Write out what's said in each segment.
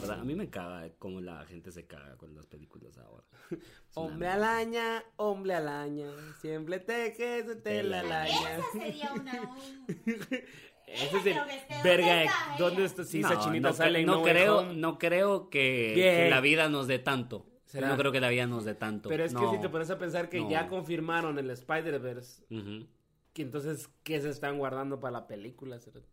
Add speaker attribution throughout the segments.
Speaker 1: verdad, a mí me caga cómo la gente se caga con las películas ahora. Es una
Speaker 2: Hombre
Speaker 1: mierda.
Speaker 2: alaña, hombre alaña, siempre teje su tela alaña.
Speaker 3: Esa sería una. un-
Speaker 2: Ese es el
Speaker 3: Pero que esté donde
Speaker 2: verga.
Speaker 3: está eh.
Speaker 2: ¿Dónde
Speaker 3: ella.
Speaker 2: está? Si esa chinita
Speaker 1: no,
Speaker 2: sale en
Speaker 1: no
Speaker 2: No Way
Speaker 1: creo,
Speaker 2: Home.
Speaker 1: no creo que,
Speaker 2: Bien.
Speaker 1: que la vida nos dé tanto.
Speaker 2: ¿Será?
Speaker 1: No creo que la vida nos dé tanto.
Speaker 2: Pero es que
Speaker 1: No.
Speaker 2: si te pones a pensar que
Speaker 1: no.
Speaker 2: ya confirmaron el Spider-Verse,
Speaker 1: Ujú.
Speaker 2: que entonces, ¿qué se están guardando para la película? cerote?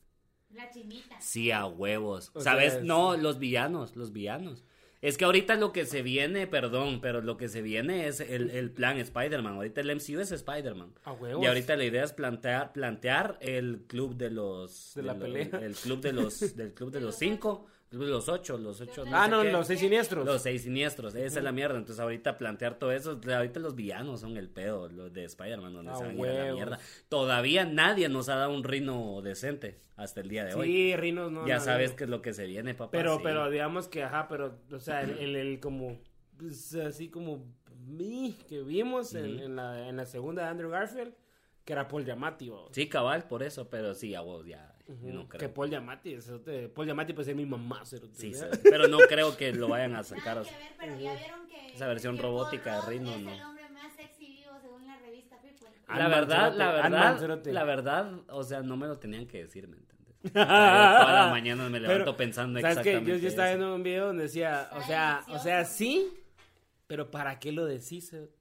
Speaker 3: La chinita.
Speaker 1: Sí, a huevos.
Speaker 2: O
Speaker 1: ¿Sabes?
Speaker 2: sea, es-
Speaker 1: No, los villanos, los villanos. Es que ahorita lo que se viene, perdón, pero lo que se viene es el, el plan Spider-Man. Ahorita el MCU es Spider-Man.
Speaker 2: A huevos.
Speaker 1: Y ahorita la idea es plantear, plantear el club de los...
Speaker 2: De la
Speaker 1: lo-
Speaker 2: pelea.
Speaker 1: El, el club de los, del club de los cinco, club de los ocho, los ocho...
Speaker 2: Ah,
Speaker 1: sé
Speaker 2: no,
Speaker 1: qué.
Speaker 2: los seis siniestros.
Speaker 1: Los seis siniestros, esa es la mierda. Entonces, ahorita plantear todo eso, ahorita los villanos son el pedo, los de Spider-Man, donde
Speaker 2: Ah,
Speaker 1: se van a ir a la
Speaker 2: huevos.
Speaker 1: mierda. Todavía nadie nos ha dado un rino decente hasta el día de hoy.
Speaker 2: Sí, Rinos, no.
Speaker 1: ya
Speaker 2: no, no.
Speaker 1: sabes qué es lo que se viene, papá.
Speaker 2: Pero,
Speaker 1: sí.
Speaker 2: pero digamos que, ajá, pero, o sea, el, el- el como, pues, así como mi, que vimos en,
Speaker 1: Ujú.
Speaker 2: en la, en la segunda de Andrew Garfield, que era Paul Giamatti, bo.
Speaker 1: Sí, cabal, por eso, pero sí, a vos ya.
Speaker 2: Ujú.
Speaker 1: No creo.
Speaker 2: Que Paul Giamatti, cerote, Paul Giamatti puede ser mi mamá, cerote,
Speaker 1: Sí,
Speaker 2: ¿verdad?
Speaker 1: sí, pero no creo que lo vayan a sacar.
Speaker 3: Nada que ver, pero ya vieron que.
Speaker 1: Esa versión
Speaker 3: que
Speaker 1: robótica de
Speaker 3: Paul Rudd
Speaker 1: Rhino,
Speaker 3: es
Speaker 1: no.
Speaker 3: el hombre más sexy vivo según la revista People.
Speaker 1: La
Speaker 2: Ant-Man,
Speaker 1: verdad,
Speaker 2: cerote,
Speaker 1: la
Speaker 2: Ant-Man,
Speaker 1: verdad,
Speaker 2: cerote.
Speaker 1: la verdad, o sea, no me lo tenían que decir, ¿me entiendes? O sea, yo Toda la mañana me levanto
Speaker 2: Pero,
Speaker 1: pensando
Speaker 2: ¿Sabes qué?
Speaker 1: exactamente.
Speaker 2: Yo, yo estaba
Speaker 1: eso.
Speaker 2: viendo un video donde decía, o
Speaker 3: Está
Speaker 2: sea, o sea,
Speaker 3: delicioso.
Speaker 2: sí, pero ¿para qué lo decís? cerote?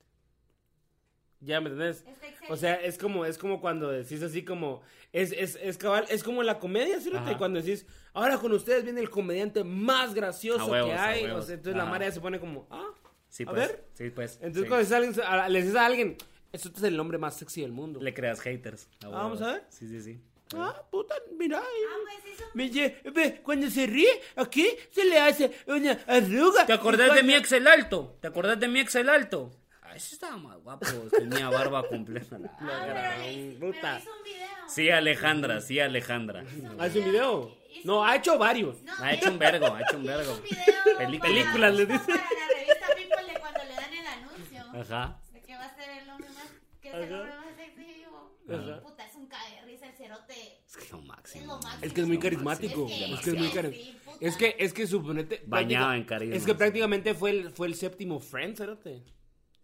Speaker 2: Ya, ¿me entendés?
Speaker 3: Está excelente.
Speaker 2: O sea, es como, es como cuando decís así como, es, es, es cabal, es como la comedia, ¿cierto?
Speaker 1: Ajá.
Speaker 2: Cuando decís, ahora con ustedes viene el comediante más gracioso
Speaker 1: A huevos,
Speaker 2: que
Speaker 1: a
Speaker 2: hay. O
Speaker 1: huevos.
Speaker 2: sea, entonces la
Speaker 1: Ajá.
Speaker 2: marea se pone como, ah,
Speaker 1: Sí,
Speaker 2: a
Speaker 1: pues.
Speaker 2: ver.
Speaker 1: Sí, pues.
Speaker 2: Entonces
Speaker 1: sí.
Speaker 2: cuando dices a alguien- a- le dices a alguien, esto es el hombre más sexy del mundo.
Speaker 1: Le creas haters. a
Speaker 2: Ah, vamos
Speaker 1: huevos.
Speaker 2: a ver.
Speaker 1: Sí, sí, sí.
Speaker 2: Ah, puta, mira.
Speaker 3: Ah,
Speaker 2: ahí.
Speaker 3: pues eso.
Speaker 2: Me lle- ve, cuando se ríe, aquí se le hace una arruga.
Speaker 1: ¿Te acordás
Speaker 2: Y
Speaker 1: de
Speaker 2: cuando-
Speaker 1: mi ex el alto? ¿Te acordás de mi ex el alto? Ah, ese estaba más guapo, tenía barba completa. La
Speaker 3: Ah, pero, le hice, pero
Speaker 2: puta.
Speaker 3: hizo un video.
Speaker 1: Sí, Alejandra, sí, Alejandra.
Speaker 2: ¿Hace un video? No, ha hecho varios.
Speaker 3: No,
Speaker 1: Ha hecho un vergo, ha hecho un
Speaker 3: hizo
Speaker 1: vergo.
Speaker 3: un video
Speaker 1: Peli-
Speaker 3: para-
Speaker 1: películas,
Speaker 2: le
Speaker 3: no,
Speaker 2: dice.
Speaker 3: Para la revista People de cuando le dan el anuncio.
Speaker 1: Ajá.
Speaker 3: De que va a ser el hombre más. Que es el
Speaker 2: Ajá.
Speaker 3: hombre más sexy vivo.
Speaker 2: Ajá.
Speaker 3: Puta, es un cague de risa el cerote.
Speaker 1: Es que es lo máximo.
Speaker 3: Es lo máximo.
Speaker 2: Es que es muy carismático.
Speaker 3: Sí,
Speaker 2: Es que es muy
Speaker 3: sí,
Speaker 2: carismático.
Speaker 3: puta.
Speaker 2: Es que, es que suponete.
Speaker 1: Bañado
Speaker 2: práctica-
Speaker 1: en carisma,
Speaker 2: Es que
Speaker 1: sí.
Speaker 2: prácticamente fue el, fue el séptimo friend, cerote.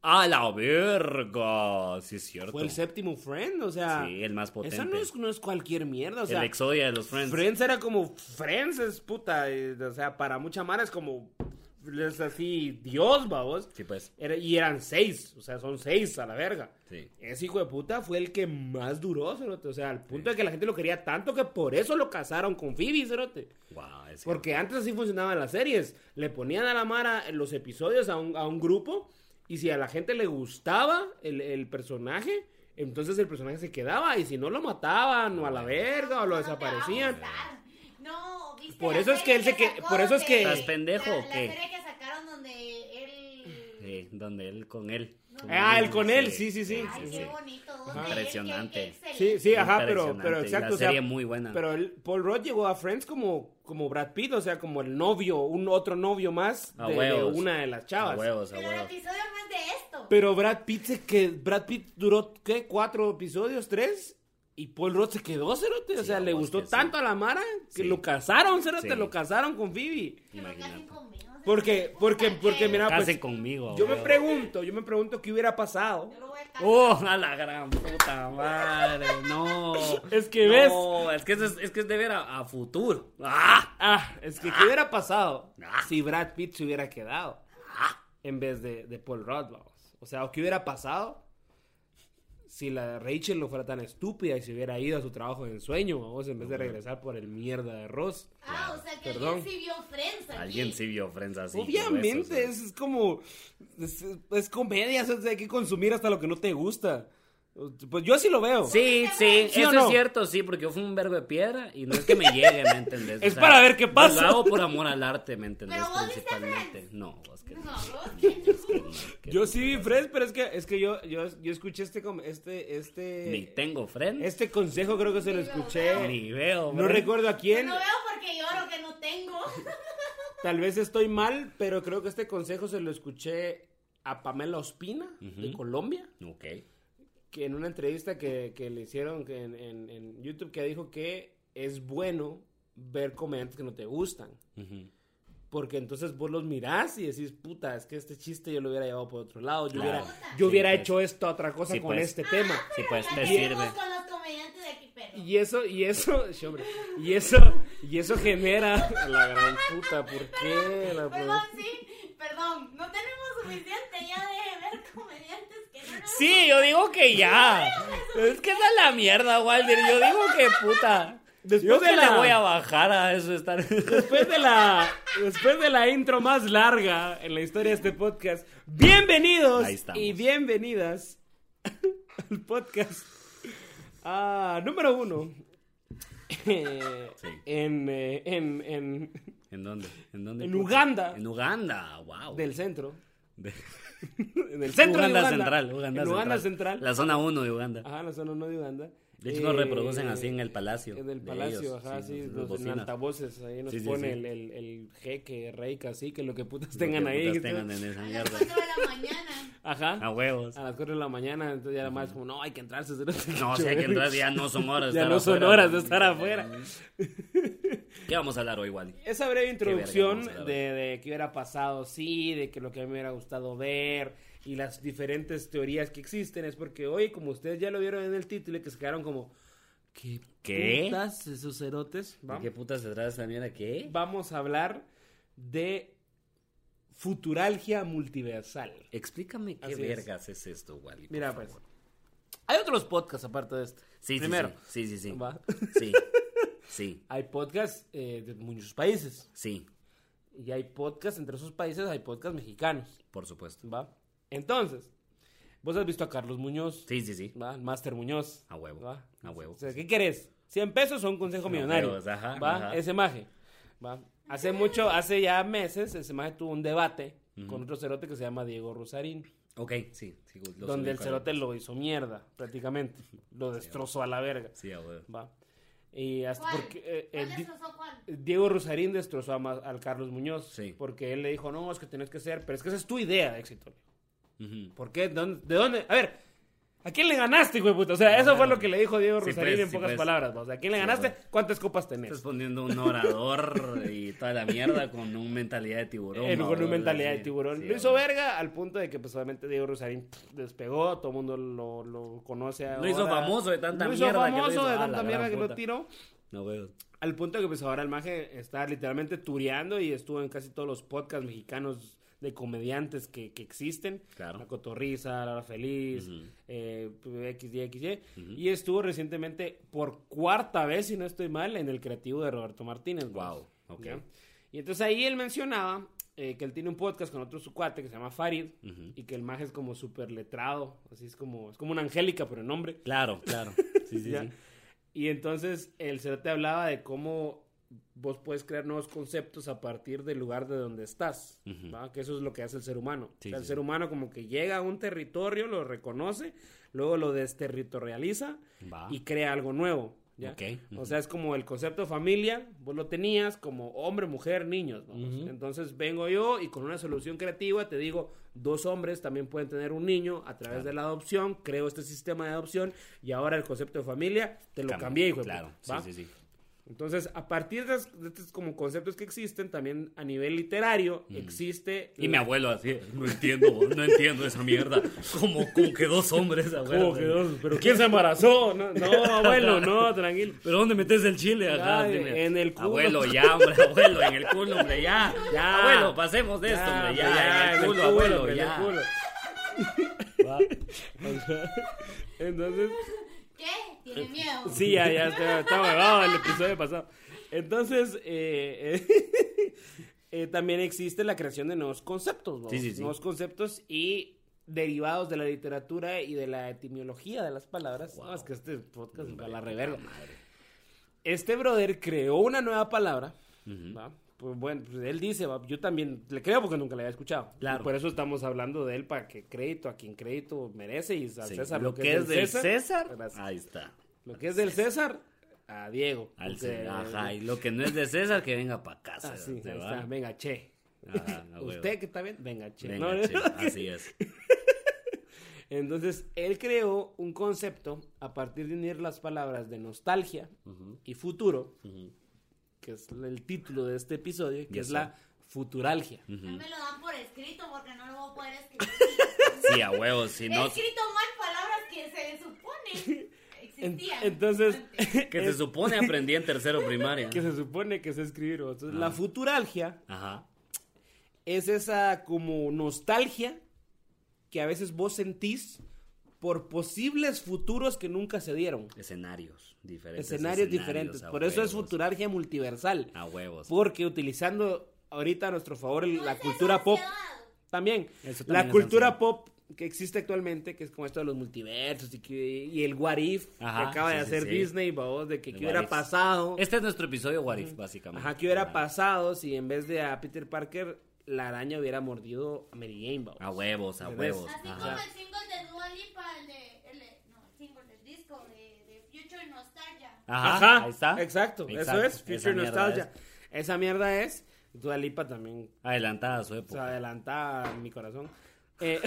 Speaker 1: ¡A la verga! Sí, es cierto.
Speaker 2: Fue el séptimo friend, o sea.
Speaker 1: Sí, el más potente.
Speaker 2: Eso no es, no es cualquier mierda, o sea.
Speaker 1: el exodia de los Friends.
Speaker 2: Friends era como. Friends es puta. eh, o sea, para mucha mara es como. Es así, Dios, babos.
Speaker 1: Sí, pues.
Speaker 2: Era- y eran seis, o sea, son seis a la verga.
Speaker 1: Sí.
Speaker 2: Ese hijo de puta fue el que más duró, cerote. O sea, al punto de que la gente lo quería tanto que por eso lo casaron con Phoebe, cerote.
Speaker 1: Wow, es cierto.
Speaker 2: Porque antes así funcionaban las series. Le ponían a la Mara los episodios a un, a un grupo y si a la gente le gustaba el, el personaje, entonces el personaje se quedaba y si no lo mataban o a la verga o
Speaker 3: No, no te va
Speaker 2: lo
Speaker 3: a
Speaker 2: desaparecían.
Speaker 3: gustar. No, ¿viste
Speaker 2: Por
Speaker 3: la
Speaker 2: eso es que él
Speaker 3: serie
Speaker 2: se que-
Speaker 3: sacó
Speaker 2: por eso es que-
Speaker 3: donde-
Speaker 1: ¿Estás pendejo
Speaker 3: la,
Speaker 1: o
Speaker 3: la
Speaker 1: qué?
Speaker 3: serie que sacaron donde él.
Speaker 1: Sí, donde él con él.
Speaker 3: No.
Speaker 2: Ah, el con él, sí, sí, sí.
Speaker 3: Ay, qué bonito. donde él, qué-
Speaker 1: Impresionante.
Speaker 3: qué excelente.
Speaker 2: Sí, sí, ajá, pero,
Speaker 1: Impresionante.
Speaker 2: pero
Speaker 1: Y
Speaker 2: exacto.
Speaker 1: La
Speaker 2: o sea,
Speaker 1: serie muy buena.
Speaker 2: Pero el- Paul Rudd llegó a Friends como, como Brad Pitt, o sea, como el novio, un otro novio más
Speaker 1: A
Speaker 2: de, de
Speaker 1: huevos.
Speaker 2: una de las
Speaker 1: a
Speaker 2: chavas.
Speaker 1: huevos, a
Speaker 3: Pero el
Speaker 1: huevos.
Speaker 3: episodio no es de esto.
Speaker 2: Pero Brad Pitt se que Brad Pitt duró qué cuatro episodios, tres y Paul Rudd se quedó cerote, o
Speaker 1: Sí,
Speaker 2: sea,
Speaker 1: a
Speaker 2: le
Speaker 1: vos
Speaker 2: gustó
Speaker 1: que sí.
Speaker 2: tanto a la Mara que
Speaker 1: Sí.
Speaker 2: lo casaron, cerote,
Speaker 1: Sí.
Speaker 2: lo casaron con Phoebe.
Speaker 3: Que lo casen
Speaker 1: Imagínate.
Speaker 3: conmigo.
Speaker 2: Porque porque porque mira, pues,
Speaker 1: Case conmigo.
Speaker 2: yo me
Speaker 1: huevos.
Speaker 2: pregunto, yo me pregunto qué hubiera pasado.
Speaker 3: Yo lo voy a casar.
Speaker 1: ¡Oh, a la gran puta madre! ¡No!
Speaker 2: Es que
Speaker 1: No, es que eso es, es que es de ver a, a futuro. ¡Ah!
Speaker 2: Ah, es que qué hubiera pasado
Speaker 1: Ah.
Speaker 2: si Brad Pitt se hubiera quedado en vez de, de Paul Rudd, vamos. O sea, o qué hubiera pasado si la Rachel no fuera tan estúpida y se hubiera ido a su trabajo de ensueño, vamos, en vez de regresar por el mierda de Ross.
Speaker 3: Ah, o sea que
Speaker 2: Perdón.
Speaker 3: alguien sí vio Friends aquí.
Speaker 1: Alguien sí pues, vio Friends así.
Speaker 2: Obviamente,
Speaker 1: huesos,
Speaker 2: es, es como. Es, es comedia, o sea, hay que consumir hasta lo que no te gusta. Pues yo así lo veo.
Speaker 1: Sí, sí,
Speaker 2: ¿Sí o
Speaker 1: eso
Speaker 2: no?
Speaker 1: es cierto, sí, porque yo fui un vergo de piedra y no es que me llegue, ¿me entendés?
Speaker 2: Es para ver qué pasa.
Speaker 1: Lo hago por amor al arte, ¿me entendés?
Speaker 3: Pero vos viste
Speaker 1: Principalmente. No, vos que
Speaker 3: No,
Speaker 1: no.
Speaker 3: vos que no.
Speaker 1: que
Speaker 2: Yo
Speaker 1: no.
Speaker 2: sí vi Friends, pero es que, es que yo, yo, yo escuché este, com- este, este,
Speaker 1: Ni tengo Friends,
Speaker 2: este consejo, creo que se lo escuché.
Speaker 1: ni veo.
Speaker 2: No
Speaker 1: Friends.
Speaker 2: recuerdo a quién,
Speaker 3: No veo porque lloro que no tengo.
Speaker 2: tal vez estoy mal, pero creo que este consejo se lo escuché a Pamela Ospina, de Colombia.
Speaker 1: Ok.
Speaker 2: que en una entrevista que, que le hicieron que en, en- en YouTube que dijo que es bueno ver comediantes que no te gustan.
Speaker 1: Ujú.
Speaker 2: Porque entonces vos los mirás y decís, puta, es que este chiste yo lo hubiera llevado por otro lado. Yo
Speaker 1: Claro.
Speaker 2: hubiera,
Speaker 1: Sí,
Speaker 2: yo hubiera
Speaker 1: pues.
Speaker 2: hecho esto, otra cosa
Speaker 1: Sí,
Speaker 2: con
Speaker 1: pues.
Speaker 2: este tema.
Speaker 1: Sí, pues te
Speaker 3: Cambiemos
Speaker 1: sirve.
Speaker 3: con los comediantes de aquí, pero.
Speaker 2: Y eso, y eso, sí, hombre, y eso, y eso genera a la gran puta, ¿por qué? La
Speaker 3: Perdón,
Speaker 2: produ-
Speaker 3: sí, perdón. No tenemos suficiente ya de ver comediantes que no nos.
Speaker 1: Sí, yo digo que ya. Es que esa es la mierda, Walter. Yo digo que puta.
Speaker 2: Después
Speaker 1: yo
Speaker 2: de
Speaker 1: que
Speaker 2: la-
Speaker 1: le voy a bajar a eso estar.
Speaker 2: Después de la, después de la intro más larga en la historia de este podcast, bienvenidos
Speaker 1: Ahí estamos.
Speaker 2: y bienvenidas al podcast ah, número uno eh,
Speaker 1: Sí.
Speaker 2: en, eh, en, en-
Speaker 1: ¿En dónde? ¿En dónde?
Speaker 2: En
Speaker 1: puta?
Speaker 2: Uganda.
Speaker 1: En Uganda, wow.
Speaker 2: del centro,
Speaker 1: De-
Speaker 2: en el centro
Speaker 1: Uganda
Speaker 2: de Uganda
Speaker 1: Central, Uganda,
Speaker 2: en Uganda Central,
Speaker 1: La zona 1 de Uganda.
Speaker 2: ajá, la zona no de Uganda.
Speaker 1: De hecho, nos
Speaker 2: Eh,
Speaker 1: reproducen así en el palacio.
Speaker 2: En el
Speaker 1: de
Speaker 2: palacio,
Speaker 1: ellos,
Speaker 2: ajá, sí,
Speaker 1: los-
Speaker 2: los,
Speaker 1: los
Speaker 2: en
Speaker 1: bocinas.
Speaker 2: altavoces, ahí nos
Speaker 1: Sí, sí,
Speaker 2: pone
Speaker 1: sí.
Speaker 2: El, el, el jeque, rey, cacique, lo que putas
Speaker 1: Lo
Speaker 2: tengan
Speaker 1: que
Speaker 2: ahí.
Speaker 1: putas
Speaker 2: que
Speaker 1: pues, tengan en esa
Speaker 3: A las
Speaker 1: mierda.
Speaker 3: 4 de la mañana.
Speaker 2: Ajá.
Speaker 1: A huevos.
Speaker 2: A las 4 de la mañana, entonces ya la madre es como, no, hay que entrarse.
Speaker 1: No, o sea que en realidad ya no son horas de
Speaker 2: Ya
Speaker 1: estar
Speaker 2: no son
Speaker 1: afuera.
Speaker 2: horas de estar afuera.
Speaker 1: ¿Qué vamos a hablar hoy, Wally?
Speaker 2: Esa breve introducción
Speaker 1: Qué verga, vamos a
Speaker 2: de, de qué hubiera pasado, sí, de que lo que a mí me hubiera gustado ver y las diferentes teorías que existen es porque hoy, como ustedes ya lo vieron en el título, y que se quedaron como, ¿qué,
Speaker 1: ¿Qué?
Speaker 2: putas esos cerotes?
Speaker 1: ¿De
Speaker 2: Va-
Speaker 1: qué puta se trata esta mierda? ¿Qué?
Speaker 2: Vamos a hablar de futuralgia multiversal.
Speaker 1: Explícame qué
Speaker 2: Así es.
Speaker 1: vergas es, esto, Wally. por
Speaker 2: Mira,
Speaker 1: favor.
Speaker 2: pues, hay otros podcasts aparte de este.
Speaker 1: Sí, sí,
Speaker 2: Primero,
Speaker 1: sí, sí, sí. Sí,
Speaker 2: Va.
Speaker 1: sí, sí.
Speaker 2: hay podcasts eh, de muchos países.
Speaker 1: sí,
Speaker 2: Y hay podcasts entre esos países, hay podcasts mexicanos,
Speaker 1: por supuesto.
Speaker 2: ¿va? Entonces, vos has visto a Carlos Muñoz,
Speaker 1: Sí, sí, sí.
Speaker 2: ¿va? Al Master Muñoz.
Speaker 1: A huevo,
Speaker 2: ¿va?
Speaker 1: a huevo.
Speaker 2: O sea, ¿qué querés? 100 pesos o un consejo
Speaker 1: No,
Speaker 2: millonario,
Speaker 1: huevos, ajá,
Speaker 2: ¿va?
Speaker 1: ajá.
Speaker 2: Ese maje, ¿va? Hace mucho, hace ya meses, ese maje tuvo un debate con otro cerote que se llama Diego Rosarín,
Speaker 1: Ok, sí. sí los
Speaker 2: donde el
Speaker 1: ubico.
Speaker 2: cerote lo hizo mierda, prácticamente. Lo destrozó a la verga,
Speaker 1: Sí, a huevo.
Speaker 2: ¿va? Y hasta
Speaker 3: ¿Cuál?
Speaker 2: porque... eh,
Speaker 3: ¿Cuál
Speaker 2: el di-
Speaker 3: destrozó cuál?
Speaker 2: Diego Rosarín destrozó a Ma- al Carlos Muñoz
Speaker 1: Sí.
Speaker 2: porque él le dijo, no, es que tenés que ser, pero es que esa es tu idea de éxito.
Speaker 1: Ujú.
Speaker 2: ¿Por qué? ¿De dónde? de dónde? A ver, ¿a quién le ganaste, hijo de puta? O sea, eso fue lo que le dijo Diego
Speaker 1: Ah, Sí,
Speaker 2: Rosarín
Speaker 1: pues,
Speaker 2: en
Speaker 1: sí,
Speaker 2: pocas
Speaker 1: pues.
Speaker 2: palabras. ¿no? O sea, ¿a quién le
Speaker 1: Sí,
Speaker 2: ganaste?
Speaker 1: pues.
Speaker 2: ¿Cuántas copas
Speaker 1: Estás
Speaker 2: tenés?
Speaker 1: poniendo un orador y toda la mierda con un mentalidad de tiburón.
Speaker 2: Él con
Speaker 1: babos,
Speaker 2: una mentalidad
Speaker 1: así.
Speaker 2: de tiburón.
Speaker 1: Sí,
Speaker 2: lo
Speaker 1: a
Speaker 2: hizo
Speaker 1: huevo.
Speaker 2: verga al punto de que, pues, obviamente Diego Rosarín pff, despegó, todo el mundo lo, lo conoce ahora.
Speaker 1: Lo hizo famoso de tanta mierda que
Speaker 2: Lo
Speaker 1: lo
Speaker 2: hizo famoso
Speaker 1: hizo.
Speaker 2: de
Speaker 1: Ah, la
Speaker 2: tanta
Speaker 1: gran
Speaker 2: mierda que lo
Speaker 1: puta.
Speaker 2: tiró.
Speaker 1: No huevos.
Speaker 2: Al punto de que pues ahora el maje está literalmente tureando y estuvo en casi todos los podcasts mexicanos de comediantes que, que existen.
Speaker 1: Claro.
Speaker 2: La Cotorriza, La Hora Feliz,
Speaker 1: Ujú.
Speaker 2: eh, XY, XY. Y estuvo recientemente por cuarta vez, si no estoy mal, en el creativo de Roberto Martínez. pues,
Speaker 1: Guau, ok.
Speaker 2: ¿ya? Y entonces ahí él mencionaba eh, que él tiene un podcast con otro su cuate que se llama Farid
Speaker 1: Ujú.
Speaker 2: y que el maje es como súper letrado. Así es como, es como una angélica, pero en nombre.
Speaker 1: Claro, claro. Sí, sí,
Speaker 2: ¿Ya?
Speaker 1: sí.
Speaker 2: Y entonces el te hablaba de cómo vos puedes crear nuevos conceptos a partir del lugar de donde estás,
Speaker 1: Ujú.
Speaker 2: ¿va? que eso es lo que hace el ser humano. O
Speaker 1: Sí,
Speaker 2: sea, el
Speaker 1: sí,
Speaker 2: ser
Speaker 1: sí.
Speaker 2: humano como que llega a un territorio, lo reconoce, luego lo desterritorializa
Speaker 1: Va.
Speaker 2: y crea algo nuevo. ¿ya?
Speaker 1: Ah. Ok,
Speaker 2: O
Speaker 1: ujú.
Speaker 2: sea, es como el concepto de familia, vos lo tenías como hombre, mujer, niños. vamos.
Speaker 1: Ujú.
Speaker 2: Entonces vengo yo y con una solución creativa te digo, dos hombres también pueden tener un niño a través
Speaker 1: Claro.
Speaker 2: de la adopción, creo este sistema de adopción y ahora el concepto de familia te lo
Speaker 1: Cambia,
Speaker 2: cambié, hijo de
Speaker 1: Claro,
Speaker 2: puta, ¿va?
Speaker 1: sí, sí, sí.
Speaker 2: Entonces, a partir de, estos- de estos como conceptos que existen, también a nivel literario existe...
Speaker 1: Mm. Y mi abuelo así, no entiendo, vos, no entiendo esa mierda. Como con que dos hombres, abuelo.
Speaker 2: Oh, qué dos- ¿Pero quién se embarazó? No, no, abuelo, no, tranquilo.
Speaker 1: ¿Pero dónde metes el chile? Ajá,
Speaker 2: Ay,
Speaker 1: dime.
Speaker 2: en el culo.
Speaker 1: Abuelo, ya, hombre, abuelo, en el culo, hombre, ya.
Speaker 2: Ya.
Speaker 1: Abuelo, pasemos de esto, hombre, ya, en el culo, abuelo,
Speaker 2: hombre, Ah, en el
Speaker 1: ya.
Speaker 2: culo. Entonces,
Speaker 3: ¿Qué? Tiene miedo.
Speaker 2: Eh, sí, ya, ya, está, está huevado el episodio pasado. Entonces, eh, eh, eh, también existe la creación de nuevos conceptos, ¿no?
Speaker 1: Sí, sí, sí.
Speaker 2: Nuevos conceptos y derivados de la literatura y de la etimología de las palabras. No,
Speaker 1: Wow.
Speaker 2: es que este podcast va a
Speaker 1: Hombre,
Speaker 2: la
Speaker 1: puta
Speaker 2: reverga.
Speaker 1: madre.
Speaker 2: Este brother creó una nueva palabra,
Speaker 1: Ujú.
Speaker 2: ¿va? Pues bueno, pues él dice, va, yo también le creo porque nunca le había escuchado.
Speaker 1: Claro.
Speaker 2: Y por eso estamos hablando de él para que crédito a quien crédito merece y al
Speaker 1: Sí,
Speaker 2: César
Speaker 1: lo que es del César,
Speaker 2: gracias.
Speaker 1: ahí está.
Speaker 2: Lo que es del César, a Diego.
Speaker 1: Al
Speaker 2: Porque-
Speaker 1: César, ajá, y lo que no es de César, que venga para casa.
Speaker 2: Ah, sí,
Speaker 1: ¿se
Speaker 2: ahí
Speaker 1: va?
Speaker 2: está, venga, che.
Speaker 1: Ajá, a huevo.
Speaker 2: Usted que está bien, venga, che.
Speaker 1: Venga,
Speaker 2: ¿No?
Speaker 1: che, así es.
Speaker 2: Entonces, él creó un concepto a partir de unir las palabras de nostalgia y futuro, que es el título de este episodio, que
Speaker 1: Yes,
Speaker 2: es la Futuralgia.
Speaker 3: No me lo dan por escrito porque no lo voy a poder escribir.
Speaker 1: Sí, a huevos, si
Speaker 3: He
Speaker 1: no...
Speaker 3: escrito mal palabras que se supone
Speaker 2: En-
Speaker 3: existían.
Speaker 2: entonces,
Speaker 1: Que se
Speaker 2: es-
Speaker 1: supone aprendí en tercero primaria.
Speaker 2: que se supone que es escribir. ¿no? Entonces, la
Speaker 1: Ah.
Speaker 2: futuralgia
Speaker 1: Ajá.
Speaker 2: es esa como nostalgia que a veces vos sentís por posibles futuros que nunca se dieron.
Speaker 1: Escenarios Ah, pues. diferentes.
Speaker 2: Escenarios diferentes.
Speaker 1: a
Speaker 2: Por eso es
Speaker 1: huevos,
Speaker 2: futuralgia multiversal.
Speaker 1: A huevos.
Speaker 2: Porque utilizando ahorita a nuestro favor el-
Speaker 3: No
Speaker 2: la
Speaker 3: seas
Speaker 2: cultura pop
Speaker 3: ansiedad.
Speaker 2: también.
Speaker 1: Eso también
Speaker 2: La
Speaker 1: es
Speaker 2: cultura
Speaker 1: ansiedad.
Speaker 2: pop que existe actualmente, que es como esto de los multiversos y, que, y el what if que
Speaker 1: Ajá,
Speaker 2: acaba de
Speaker 1: sí, sí,
Speaker 2: hacer
Speaker 1: sí.
Speaker 2: Disney, babos, de que
Speaker 1: El
Speaker 2: qué hubiera
Speaker 1: what if.
Speaker 2: pasado.
Speaker 1: Este es nuestro episodio What If, básicamente.
Speaker 2: Ajá, que hubiera
Speaker 1: Ah,
Speaker 2: pasado si en vez de a Peter Parker la araña hubiera mordido a Mary Jane, babos?
Speaker 1: A huevos, a
Speaker 2: ¿Entendés?
Speaker 1: huevos.
Speaker 3: Así como
Speaker 1: Ajá.
Speaker 3: el single de Dua Lipa, el de, el de- no, el single del disco de, de Future Nostalgia.
Speaker 1: Ajá,
Speaker 2: Ajá,
Speaker 1: ahí está.
Speaker 2: Exacto,
Speaker 1: Exacto,
Speaker 2: eso es
Speaker 1: esa
Speaker 2: Future
Speaker 1: mierda
Speaker 2: Nostalgia. Esa mierda es Dua Lipa también
Speaker 1: Adelantada a su
Speaker 2: se
Speaker 1: época.
Speaker 2: adelanta a mi corazón. Eh,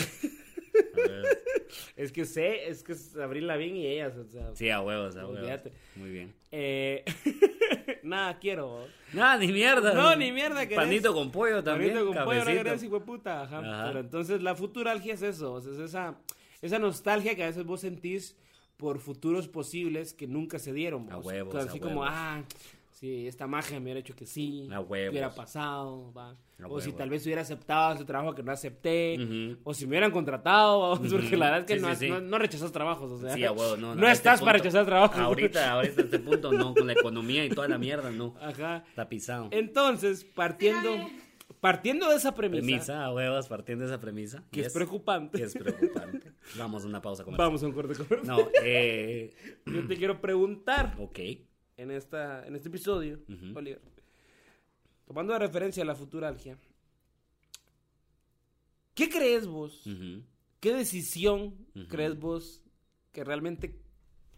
Speaker 2: es que sé, es que es Abril Lavigne y ellas, o sea,
Speaker 1: Sí, a huevos, a huevos.
Speaker 2: Olvídate.
Speaker 1: Muy bien.
Speaker 2: eh, nada quiero.
Speaker 1: Nada, ni mierda.
Speaker 2: No, ni mierda querés.
Speaker 1: Panito con pollo también.
Speaker 2: Ahorita con pollo, ahora
Speaker 1: cabecito.
Speaker 2: eres hijo de puta, ajá.
Speaker 1: Ajá.
Speaker 2: Pero entonces la futuralgia es eso, o sea, es esa, esa nostalgia que a veces vos sentís por futuros posibles que nunca se dieron.
Speaker 1: A
Speaker 2: vos.
Speaker 1: huevos,
Speaker 2: Entonces,
Speaker 1: a
Speaker 2: así como,
Speaker 1: huevos.
Speaker 2: ah, si esta magia me hubiera hecho que sí,
Speaker 1: A huevos.
Speaker 2: que hubiera pasado, va.
Speaker 1: A
Speaker 2: o
Speaker 1: huevos.
Speaker 2: si tal vez hubiera aceptado ese trabajo que no acepté,
Speaker 1: Ujú.
Speaker 2: o si me hubieran contratado, vamos, porque la verdad es que
Speaker 1: Sí,
Speaker 2: no,
Speaker 1: sí,
Speaker 2: has-
Speaker 1: sí.
Speaker 2: no- no rechazas trabajos, o sea,
Speaker 1: Sí, a huevos, no.
Speaker 2: no
Speaker 1: a este
Speaker 2: estás para
Speaker 1: punto-
Speaker 2: rechazar trabajos.
Speaker 1: Ahorita, ahorita, a este punto, no. Con la economía y toda la mierda, no.
Speaker 2: Ajá.
Speaker 1: Está pisado.
Speaker 2: Entonces, partiendo,
Speaker 3: Espérame.
Speaker 2: partiendo de esa
Speaker 1: Premisa, a huevos, partiendo de esa premisa.
Speaker 2: Que es
Speaker 1: Yes.
Speaker 2: preocupante.
Speaker 1: Que es preocupante. Vamos a una pausa comercial.
Speaker 2: Vamos a un corte comercial.
Speaker 1: No, eh.
Speaker 2: Yo te quiero preguntar
Speaker 1: Ok.
Speaker 2: en, esta, en este episodio,
Speaker 1: Ujú.
Speaker 2: Oliver, tomando de referencia a la futuralgia, ¿qué crees vos?
Speaker 1: Ujú.
Speaker 2: ¿Qué decisión
Speaker 1: Ujú.
Speaker 2: crees vos que realmente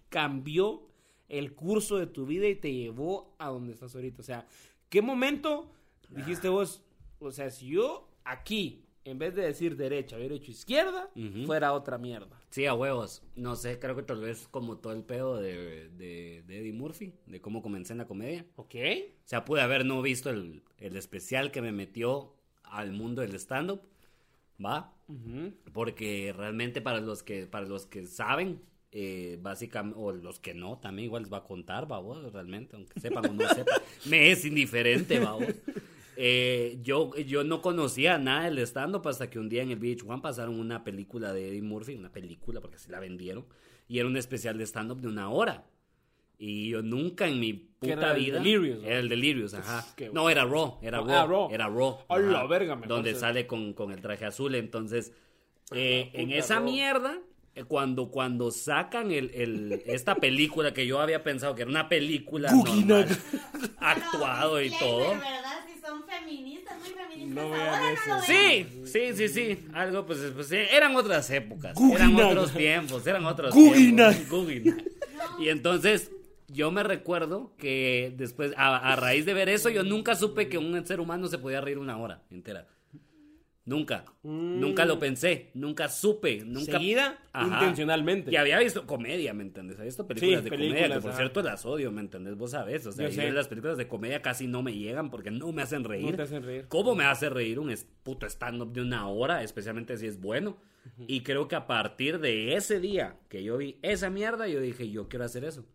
Speaker 2: cambió el curso de tu vida y te llevó a donde estás ahorita? O sea, ¿qué momento dijiste vos? O sea, si yo aquí, en vez de decir derecha, hubiera hecho izquierda,
Speaker 1: Ujú.
Speaker 2: fuera otra mierda.
Speaker 1: Sí, a huevos. No sé, creo que tal vez como todo el pedo de, de, de Eddie Murphy, de cómo comencé en la comedia.
Speaker 2: ¿Ok?
Speaker 1: O sea, pude haber no visto el, el especial que me metió al mundo del stand-up, ¿va? Porque realmente para los que, para los que saben, eh, básicamente, o los que no, también igual les va a contar, ¿va vos? Realmente, aunque sepan o no sepan. Me es indiferente, ¿va vos? Eh, yo, yo no conocía nada del stand-up hasta que un día en el VH1 pasaron una película de Eddie Murphy, una película porque así la vendieron, y era un especial de stand-up de una hora. Y yo nunca en mi
Speaker 2: Que
Speaker 1: puta
Speaker 2: era el
Speaker 1: vida.
Speaker 2: Delirious, ¿no?
Speaker 1: Era el Delirious, ajá.
Speaker 2: Es que-
Speaker 1: No, era Raw, era
Speaker 2: Ah,
Speaker 1: Raw.
Speaker 2: Raw.
Speaker 1: Era Raw.
Speaker 2: A la
Speaker 1: ajá,
Speaker 2: verga, mejor
Speaker 1: Donde
Speaker 2: se-
Speaker 1: sale con, con el traje azul. Entonces, eh,
Speaker 2: la
Speaker 1: en
Speaker 2: puta,
Speaker 1: esa
Speaker 2: Raw.
Speaker 1: mierda, eh, cuando, cuando sacan el, el- esta película que yo había pensado que era una película
Speaker 2: Cookie
Speaker 1: normal,
Speaker 2: Nut.
Speaker 1: actuado y
Speaker 3: Disclaimer,
Speaker 1: todo.
Speaker 3: ¿verdad? Si son feministas, muy feministas
Speaker 2: No vean
Speaker 3: ahora,
Speaker 2: eso.
Speaker 3: no lo vean.
Speaker 1: Sí, sí, sí, sí. Algo, pues, pues, sí, eran otras épocas.
Speaker 2: Guggenheim.
Speaker 1: Eran otros tiempos, eran otros
Speaker 2: Guggenheim.
Speaker 1: tiempos. Guggenheim. Y entonces, yo me recuerdo que después, a, a raíz de ver eso, yo nunca supe que un ser humano se podía reír una hora entera. Nunca. Nunca lo pensé. Nunca supe. Nunca.
Speaker 2: Mm. Seguida,
Speaker 1: Ajá.
Speaker 2: intencionalmente.
Speaker 1: Y había visto comedia, ¿me entendés? Había visto películas
Speaker 2: Sí,
Speaker 1: de comedia,
Speaker 2: películas,
Speaker 1: que por
Speaker 2: ajá.
Speaker 1: cierto las odio, ¿me entendés? Vos sabés, o sea,
Speaker 2: Yo
Speaker 1: yo
Speaker 2: sé.
Speaker 1: las películas de comedia casi no me llegan porque no me hacen reír.
Speaker 2: No te hacen reír.
Speaker 1: ¿Cómo me hace reír un es- puto stand-up de una hora, especialmente si es bueno? Y creo que a partir de ese día que yo vi esa mierda, yo dije, yo quiero hacer eso.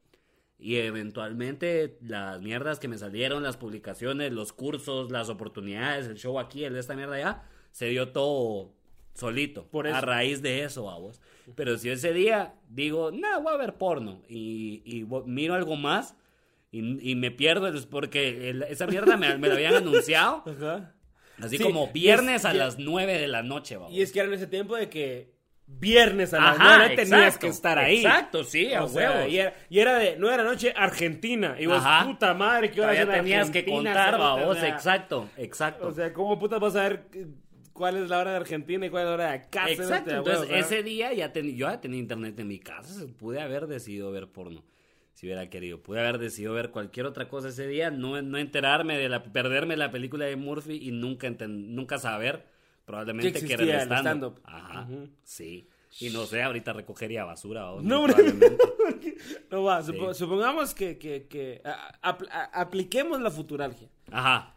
Speaker 1: Y eventualmente las mierdas que me salieron, las publicaciones, los cursos, las oportunidades, el show aquí, el de esta mierda allá, se dio todo solito.
Speaker 2: Por eso.
Speaker 1: A raíz de eso, a vos. Pero si ese día digo, no, voy a ver porno y, y vo- miro algo más y, y me pierdo es porque el- esa mierda me, me la habían anunciado.
Speaker 2: Ajá.
Speaker 1: Así
Speaker 2: Sí, y
Speaker 1: como
Speaker 2: es-
Speaker 1: viernes a
Speaker 2: y-
Speaker 1: las 9 de la noche, vamos.
Speaker 2: Y es que era en ese tiempo de que viernes a las
Speaker 1: Ajá,
Speaker 2: nueve tenías
Speaker 1: exacto,
Speaker 2: que estar ahí.
Speaker 1: Exacto, sí, a
Speaker 2: O sea,
Speaker 1: huevo.
Speaker 2: y, era, y era de nueve de la noche Argentina. Y vos,
Speaker 1: Ajá.
Speaker 2: puta madre, ¿qué hora
Speaker 1: Todavía
Speaker 2: es en
Speaker 1: tenías que
Speaker 2: Argentina?
Speaker 1: contar,
Speaker 2: Cerote, o
Speaker 1: babos,
Speaker 2: sea,
Speaker 1: exacto, exacto.
Speaker 2: O sea, ¿cómo putas vas a ver eh, cuál es la hora de Argentina y cuál es la hora de acá? cerote,
Speaker 1: Exacto,
Speaker 2: a huevo,
Speaker 1: entonces
Speaker 2: o sea,
Speaker 1: ese día ya ten- yo ya tenía internet en mi casa, se- pude haber decidido ver porno, si hubiera querido, pude haber decidido ver cualquier otra cosa ese día, no, no enterarme de la, perderme la película de Murphy y nunca enten- nunca saber probablemente que era el
Speaker 2: existía el
Speaker 1: stand-up.
Speaker 2: stand-up.
Speaker 1: Ajá,
Speaker 2: Ujú.
Speaker 1: sí. Y no sé, ahorita recogería basura o
Speaker 2: No,
Speaker 1: no,
Speaker 2: hombre.
Speaker 1: probablemente.
Speaker 2: No va, supo- supongamos que, que- que, ah, apl- ah, apliquemos la futuralgia.
Speaker 1: Ajá.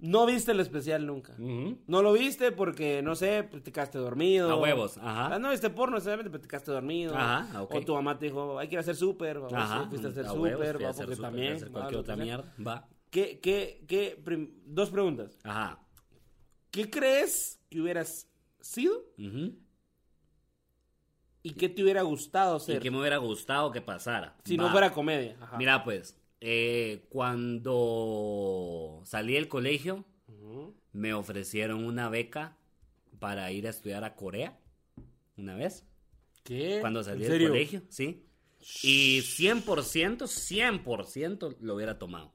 Speaker 2: No viste el especial nunca.
Speaker 1: Ujú.
Speaker 2: No lo viste porque, no sé, platicaste dormido.
Speaker 1: A huevos, ajá.
Speaker 2: Ah, no viste porno, necesariamente platicaste dormido.
Speaker 1: Ajá, ah, ok.
Speaker 2: O tu mamá te dijo, hay que ir a hacer súper. vamos,
Speaker 1: Ajá.
Speaker 2: sí, Fuiste a hacer
Speaker 1: huevos,
Speaker 2: súper,
Speaker 1: fui a
Speaker 2: va,
Speaker 1: hacer súper, fui
Speaker 2: porque
Speaker 1: a
Speaker 2: también.
Speaker 1: hacer
Speaker 2: va,
Speaker 1: cualquier
Speaker 2: lo
Speaker 1: otra
Speaker 2: que sea.
Speaker 1: mierda. Va.
Speaker 2: ¿Qué, qué, qué? prim- Dos preguntas.
Speaker 1: Ajá.
Speaker 2: ¿Qué crees que hubieras sido
Speaker 1: Ujú.
Speaker 2: y qué te hubiera gustado
Speaker 1: ¿Y
Speaker 2: ser
Speaker 1: qué me hubiera gustado que pasara?
Speaker 2: si
Speaker 1: Va.
Speaker 2: no fuera comedia? Ajá.
Speaker 1: Mira, pues, eh, cuando salí del colegio,
Speaker 2: Ujú.
Speaker 1: me ofrecieron una beca para ir a estudiar a Corea una vez.
Speaker 2: ¿Qué?
Speaker 1: Cuando salí
Speaker 2: ¿En
Speaker 1: del
Speaker 2: serio?
Speaker 1: colegio, sí. Y 100%, 100% lo hubiera tomado.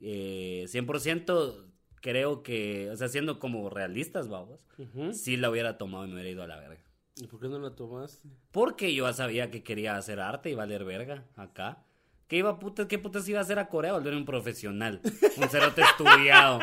Speaker 1: Eh, 100% creo que, o sea, siendo como realistas, vamos,
Speaker 2: Ujú.
Speaker 1: sí la hubiera tomado y me hubiera ido a la verga.
Speaker 2: ¿Y por qué no la tomaste?
Speaker 1: Porque yo ya sabía que quería hacer arte y valer verga acá. ¿Qué iba putas, qué putas iba a hacer a Corea? Volver un profesional. Un cerote estudiado.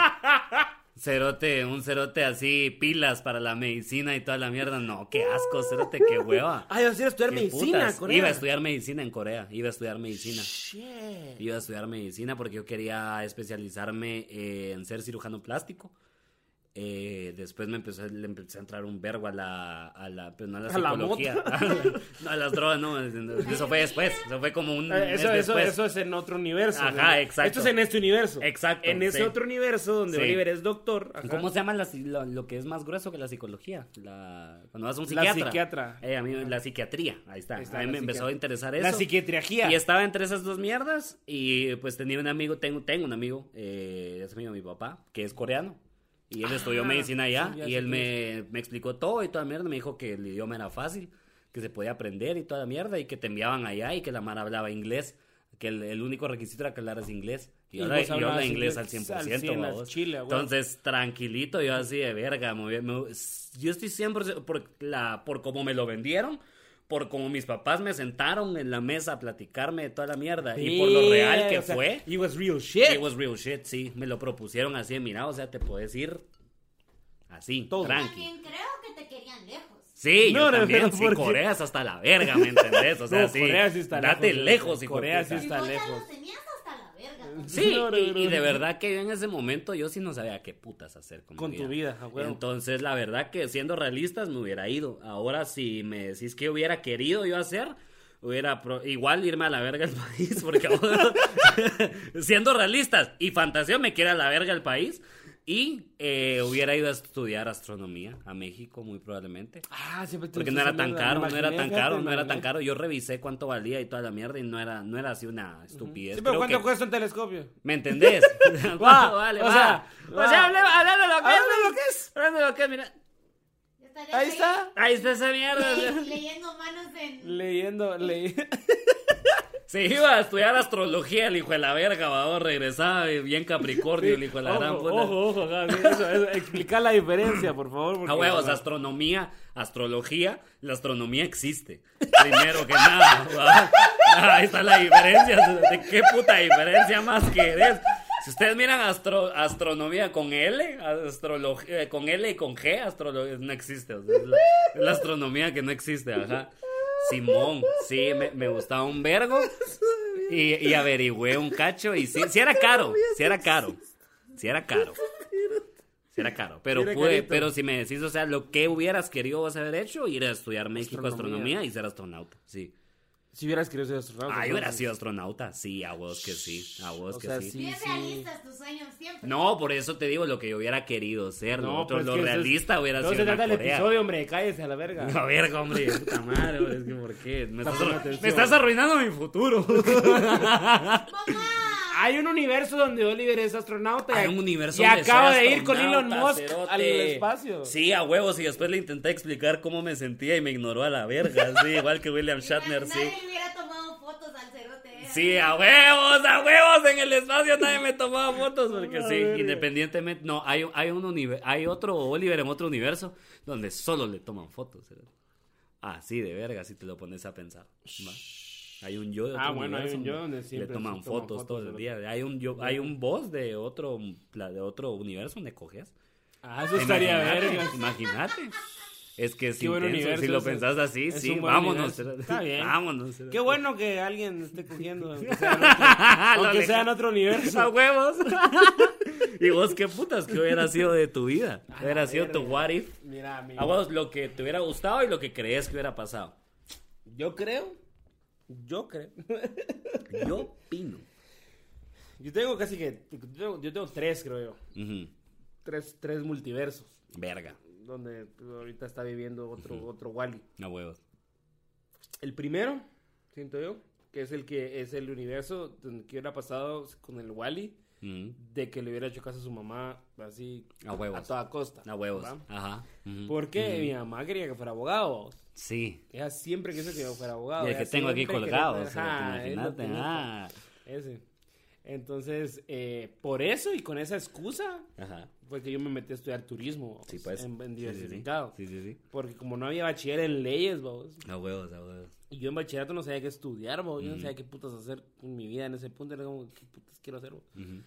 Speaker 1: Cerote, un cerote así, pilas para la medicina y toda la mierda. No, qué asco, cerote, qué hueva.
Speaker 2: Ah, ibas a ir a estudiar
Speaker 1: Qué
Speaker 2: medicina,
Speaker 1: putas.
Speaker 2: Corea.
Speaker 1: Iba a estudiar medicina en Corea. Iba a estudiar medicina.
Speaker 2: Shit.
Speaker 1: Iba a estudiar medicina porque yo quería especializarme eh, en ser cirujano plástico. Eh, después me empezó, le empecé a entrar un vergo a la, a la, pues no a la
Speaker 2: ¿A la
Speaker 1: psicología. no, a las drogas, no. Eso fue después. Eso fue como un
Speaker 2: Eh, Eso,
Speaker 1: mes
Speaker 2: eso,
Speaker 1: después.
Speaker 2: eso es en otro universo.
Speaker 1: Ajá,
Speaker 2: ¿no?
Speaker 1: exacto.
Speaker 2: Esto es en este universo.
Speaker 1: Exacto,
Speaker 2: En ese
Speaker 1: sí.
Speaker 2: otro universo donde
Speaker 1: Sí.
Speaker 2: Oliver es doctor. ajá.
Speaker 1: ¿Cómo se llama la ci- lo, lo que es más grueso que la psicología? La, cuando vas a un
Speaker 2: La
Speaker 1: psiquiatra.
Speaker 2: psiquiatra.
Speaker 1: Eh, a mí, la psiquiatría. Ahía está.
Speaker 2: Ahí está,
Speaker 1: a mí
Speaker 2: la
Speaker 1: me empezó a
Speaker 2: psiquiatra.
Speaker 1: interesar eso.
Speaker 2: La psiquiatría.
Speaker 1: Y estaba entre esas dos mierdas y pues tenía un amigo, tengo, tengo un amigo, eh, es amigo de mi papá, que es coreano. Y él estudió medicina allá
Speaker 2: Ah, sí, ya
Speaker 1: y
Speaker 2: sé
Speaker 1: él
Speaker 2: quién
Speaker 1: me, me explicó todo y toda mierda. Me dijo que el idioma era fácil, que se podía aprender y toda la mierda y que te enviaban allá y que la Mara hablaba inglés. Que el, el único requisito era que hablaras inglés. Y,
Speaker 2: Y
Speaker 1: ahora
Speaker 2: vos
Speaker 1: yo hablo
Speaker 2: hablabas
Speaker 1: inglés al
Speaker 2: inglés
Speaker 1: 100%.
Speaker 2: al cien, al
Speaker 1: babos.
Speaker 2: chile, a huevo.
Speaker 1: Entonces, tranquilito, yo así de verga. muy bien, me- yo estoy 100% por, la, por cómo me lo vendieron, por cómo mis papás me sentaron en la mesa a platicarme de toda la mierda y por lo real que
Speaker 2: O sea,
Speaker 1: fue.
Speaker 2: It was real shit.
Speaker 1: It was real shit, sí. Me lo propusieron así de, mira, o sea, te puedes ir así,
Speaker 2: Todo.
Speaker 1: tranqui.
Speaker 3: También creo que te querían lejos.
Speaker 1: Sí,
Speaker 2: No,
Speaker 1: yo
Speaker 2: no,
Speaker 1: también,
Speaker 2: pero
Speaker 1: sí,
Speaker 2: ¿por qué?
Speaker 1: Corea es hasta la verga, ¿me entendés? O sea,
Speaker 2: No,
Speaker 1: sí,
Speaker 2: Corea sí está
Speaker 1: date
Speaker 2: lejos,
Speaker 1: lejos, hijo de
Speaker 2: Corea sí
Speaker 1: puta.
Speaker 3: Y
Speaker 2: está
Speaker 3: vos ya
Speaker 2: lejos.
Speaker 3: los tenías hasta la verga. ¿no?
Speaker 1: Sí,
Speaker 2: No, no,
Speaker 1: y,
Speaker 2: no,
Speaker 1: y de
Speaker 2: no.
Speaker 1: verdad que yo en ese momento yo sí no sabía qué putas hacer con,
Speaker 2: Con
Speaker 1: mi
Speaker 2: tu vida, a huevo.
Speaker 1: Entonces, la verdad que siendo realistas me hubiera ido. Ahora, si me decís que hubiera querido yo hacer, hubiera pro- igual irme a la verga el país, porque ahora- siendo realistas y fantasía me quiere a la verga el país. Y eh, hubiera ido a estudiar astronomía a México, muy probablemente.
Speaker 2: Ah, siempre te
Speaker 1: Porque no era
Speaker 2: gustó esa
Speaker 1: tan
Speaker 2: mierda,
Speaker 1: caro, no
Speaker 2: me
Speaker 1: era
Speaker 2: imaginé,
Speaker 1: tan
Speaker 2: fíjate,
Speaker 1: caro,
Speaker 2: me
Speaker 1: no era tan
Speaker 2: imaginé.
Speaker 1: caro. Yo revisé cuánto valía y toda la mierda y no era, no era así una estupidez.
Speaker 2: Sí, pero
Speaker 1: Creo
Speaker 2: ¿cuánto
Speaker 1: que-
Speaker 2: cuesta un telescopio?
Speaker 1: ¿Me entendés?
Speaker 2: Va,
Speaker 1: Guau, vale,
Speaker 2: o
Speaker 1: va.
Speaker 2: sea,
Speaker 1: o
Speaker 2: va.
Speaker 1: sea, hable- hablando de lo que
Speaker 2: Hablando
Speaker 1: es.
Speaker 2: de lo que es.
Speaker 1: Hablando de lo que es, mira.
Speaker 3: Yo estaría
Speaker 2: Ahí
Speaker 3: feliz
Speaker 2: está.
Speaker 1: Ahí está esa mierda. o
Speaker 3: le-
Speaker 1: sea.
Speaker 3: Leyendo manos en.
Speaker 2: Leyendo, leyendo.
Speaker 1: Se iba a estudiar astrología el hijo de la verga, babón. Regresaba bien Capricornio el hijo de la gran
Speaker 2: Ojo,
Speaker 1: puta.
Speaker 2: ojo, ojo, ajá, sí, eso, eso, explicar la diferencia, por favor. porque-
Speaker 1: A huevos, astronomía, astrología, la astronomía existe. Primero que nada, ¿va? ahí está la diferencia. ¿De qué puta diferencia más querés? Si ustedes miran astro- astronomía con L, astrología, eh, con L y con G, astrología no existe. o sea, es, la, es la astronomía que no existe, ajá. Simón, sí, me, me gustaba un vergo. Y, y averigüé un cacho y sí, sí era caro, sí era caro, sí era caro. Sí era caro, pero
Speaker 2: Era
Speaker 1: pude,
Speaker 2: carito.
Speaker 1: pero si me decís, o sea, lo que hubieras querido vas a haber hecho, ir a estudiar México
Speaker 2: Astronomía.
Speaker 1: astronomía, y ser astronauta, sí.
Speaker 2: Si hubieras querido ser astronauta.
Speaker 1: Ah, yo hubiera
Speaker 2: entonces-
Speaker 1: sido astronauta, sí, a vos que sí, a vos
Speaker 2: O
Speaker 1: que
Speaker 2: sea,
Speaker 1: sí.
Speaker 2: sí.
Speaker 3: Bien realistas tus sueños siempre.
Speaker 1: No, por eso te digo lo que yo hubiera querido ser, lo otro,
Speaker 2: pues
Speaker 1: lo
Speaker 2: que eso es-
Speaker 1: realista hubiera
Speaker 2: no
Speaker 1: sido
Speaker 2: se trata
Speaker 1: una
Speaker 2: del
Speaker 1: Corea.
Speaker 2: episodio, hombre, cállese a la verga.
Speaker 1: A ver, hombre, puta madre, hombre, es que por qué, me estás,
Speaker 2: Pon
Speaker 1: arru-
Speaker 2: atención.
Speaker 1: me estás arruinando mi futuro.
Speaker 3: ¡Mamá!
Speaker 1: Ah,
Speaker 2: Hay un universo donde Oliver es astronauta. y-
Speaker 1: Hay un universo
Speaker 2: Y
Speaker 1: donde soy
Speaker 2: acaba de ir con Elon
Speaker 1: astronauta,
Speaker 2: Musk
Speaker 1: cerote.
Speaker 2: al espacio.
Speaker 1: Sí, a huevos, y después le intenté explicar cómo me sentía y me ignoró a la verga, sí, igual que William Shatner, sí.
Speaker 3: Nadie hubiera tomado fotos al cerote. ¿eh?
Speaker 1: Sí, ah. a huevos, a huevos en el espacio nadie me tomaba fotos porque
Speaker 2: A
Speaker 1: sí,
Speaker 2: ver,
Speaker 1: independientemente, no, hay, hay un univer- hay otro Oliver en otro universo donde solo le toman fotos. ¿verdad? Ah, sí, de verga, si te lo pones a pensar. va. Hay un yo de otro
Speaker 2: Ah, bueno, hay
Speaker 1: universo
Speaker 2: un yo donde
Speaker 1: le
Speaker 2: siempre se
Speaker 1: toman
Speaker 2: toman
Speaker 1: fotos,
Speaker 2: fotos,
Speaker 1: todo el
Speaker 2: ¿verdad?
Speaker 1: día. Hay un yo, hay un boss de otro pla- de otro universo donde coges.
Speaker 2: Ah, eso estaría
Speaker 1: Imagínate,
Speaker 2: verga.
Speaker 1: Imagínate. Es que es
Speaker 2: Qué buen
Speaker 1: intenso,
Speaker 2: universo
Speaker 1: si lo
Speaker 2: ese.
Speaker 1: pensás así,
Speaker 2: Es
Speaker 1: sí,
Speaker 2: un buen
Speaker 1: vámonos.
Speaker 2: universo.
Speaker 1: ¿verdad?
Speaker 2: Está bien.
Speaker 1: Vámonos. ¿verdad?
Speaker 2: Qué bueno que
Speaker 1: Ah,
Speaker 2: alguien esté cogiendo. Aunque sea en otro, aunque sea en otro universo.
Speaker 1: A huevos. Y vos, qué putas, que hubiera sido de tu vida. Hubiera sido tu
Speaker 2: verga.
Speaker 1: what if.
Speaker 2: Mira, amigo.
Speaker 1: A vos, lo que te hubiera gustado y lo que crees que hubiera pasado.
Speaker 2: Yo creo. Yo creo.
Speaker 1: Yo opino.
Speaker 2: Yo tengo casi que. Yo tengo, yo tengo tres, creo yo.
Speaker 1: Ujú.
Speaker 2: Tres, tres multiversos.
Speaker 1: Verga.
Speaker 2: Donde ahorita está viviendo otro, otro Wally.
Speaker 1: No huevos.
Speaker 2: El primero, siento yo, que es el que es el universo donde que hubiera pasado con el Wally.
Speaker 1: Ujú.
Speaker 2: De que le hubiera hecho caso a su mamá, así.
Speaker 1: A huevos.
Speaker 2: toda costa.
Speaker 1: A huevos.
Speaker 2: ¿va?
Speaker 1: Ajá. Ujú.
Speaker 2: Porque mi mamá quería que fuera abogado.
Speaker 1: Sí.
Speaker 2: Ella siempre quiso que yo fuera abogado.
Speaker 1: Y el
Speaker 2: ella
Speaker 1: que tengo aquí
Speaker 2: Ah, siempre
Speaker 1: colgado,
Speaker 2: quería-
Speaker 1: o sea,
Speaker 2: Ajá,
Speaker 1: te
Speaker 2: es lo
Speaker 1: imagínate.
Speaker 2: que me-
Speaker 1: Ah.
Speaker 2: Ese. Entonces, eh, por eso y con esa excusa
Speaker 1: Ajá.
Speaker 2: fue que yo me metí a estudiar turismo
Speaker 1: Sí,
Speaker 2: vamos,
Speaker 1: pues.
Speaker 2: en, en
Speaker 1: Sí, sí, sí.
Speaker 2: diversificado.
Speaker 1: Sí, sí, sí.
Speaker 2: Porque como no había bachiller en leyes, vamos,
Speaker 1: A huevos, a huevos.
Speaker 2: y yo en bachillerato no sabía qué estudiar, vamos, yo no sabía qué putas hacer con mi vida en ese punto, era como, ¿qué putas quiero hacer? vos?
Speaker 1: Ujú.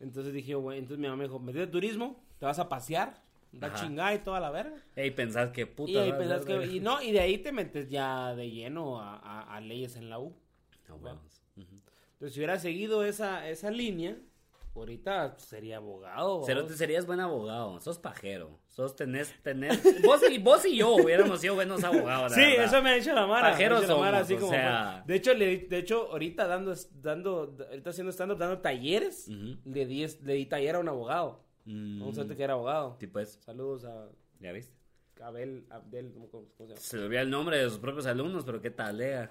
Speaker 2: Entonces dije, bueno, entonces mi mamá me dijo, metete a turismo, te vas a pasear, la
Speaker 1: Ajá.
Speaker 2: chingada y toda la verga.
Speaker 1: Ey, pensás que puta.
Speaker 2: y ahí
Speaker 1: va a
Speaker 2: pensás
Speaker 1: ser,
Speaker 2: que, y no, y de ahí te metes ya de lleno a, a- a leyes en la U.
Speaker 1: A huevos.
Speaker 2: Entonces, si hubiera seguido esa, esa línea, ahorita sería abogado. ¿va?
Speaker 1: Cerote, serías buen abogado, sos pajero, sos tenés, tenés, vos y, vos y yo hubiéramos sido buenos abogados, la
Speaker 2: Sí,
Speaker 1: verdad.
Speaker 2: eso me ha dicho la Mara.
Speaker 1: Pajeros
Speaker 2: me ha dicho la Mara,
Speaker 1: somos, o sea.
Speaker 2: fue. De hecho, le, de hecho, ahorita dando, dando, ahorita haciendo stand-up, dando talleres,
Speaker 1: Ujú.
Speaker 2: le, di, le di taller a un abogado.
Speaker 1: Mm,
Speaker 2: Vamos a ver que era abogado.
Speaker 1: sí, pues,
Speaker 2: Saludos a
Speaker 1: ya viste,
Speaker 2: Abel, Abdel, ¿cómo, cómo- cómo se llama?
Speaker 1: se le olvida el nombre de sus propios alumnos, pero qué talea,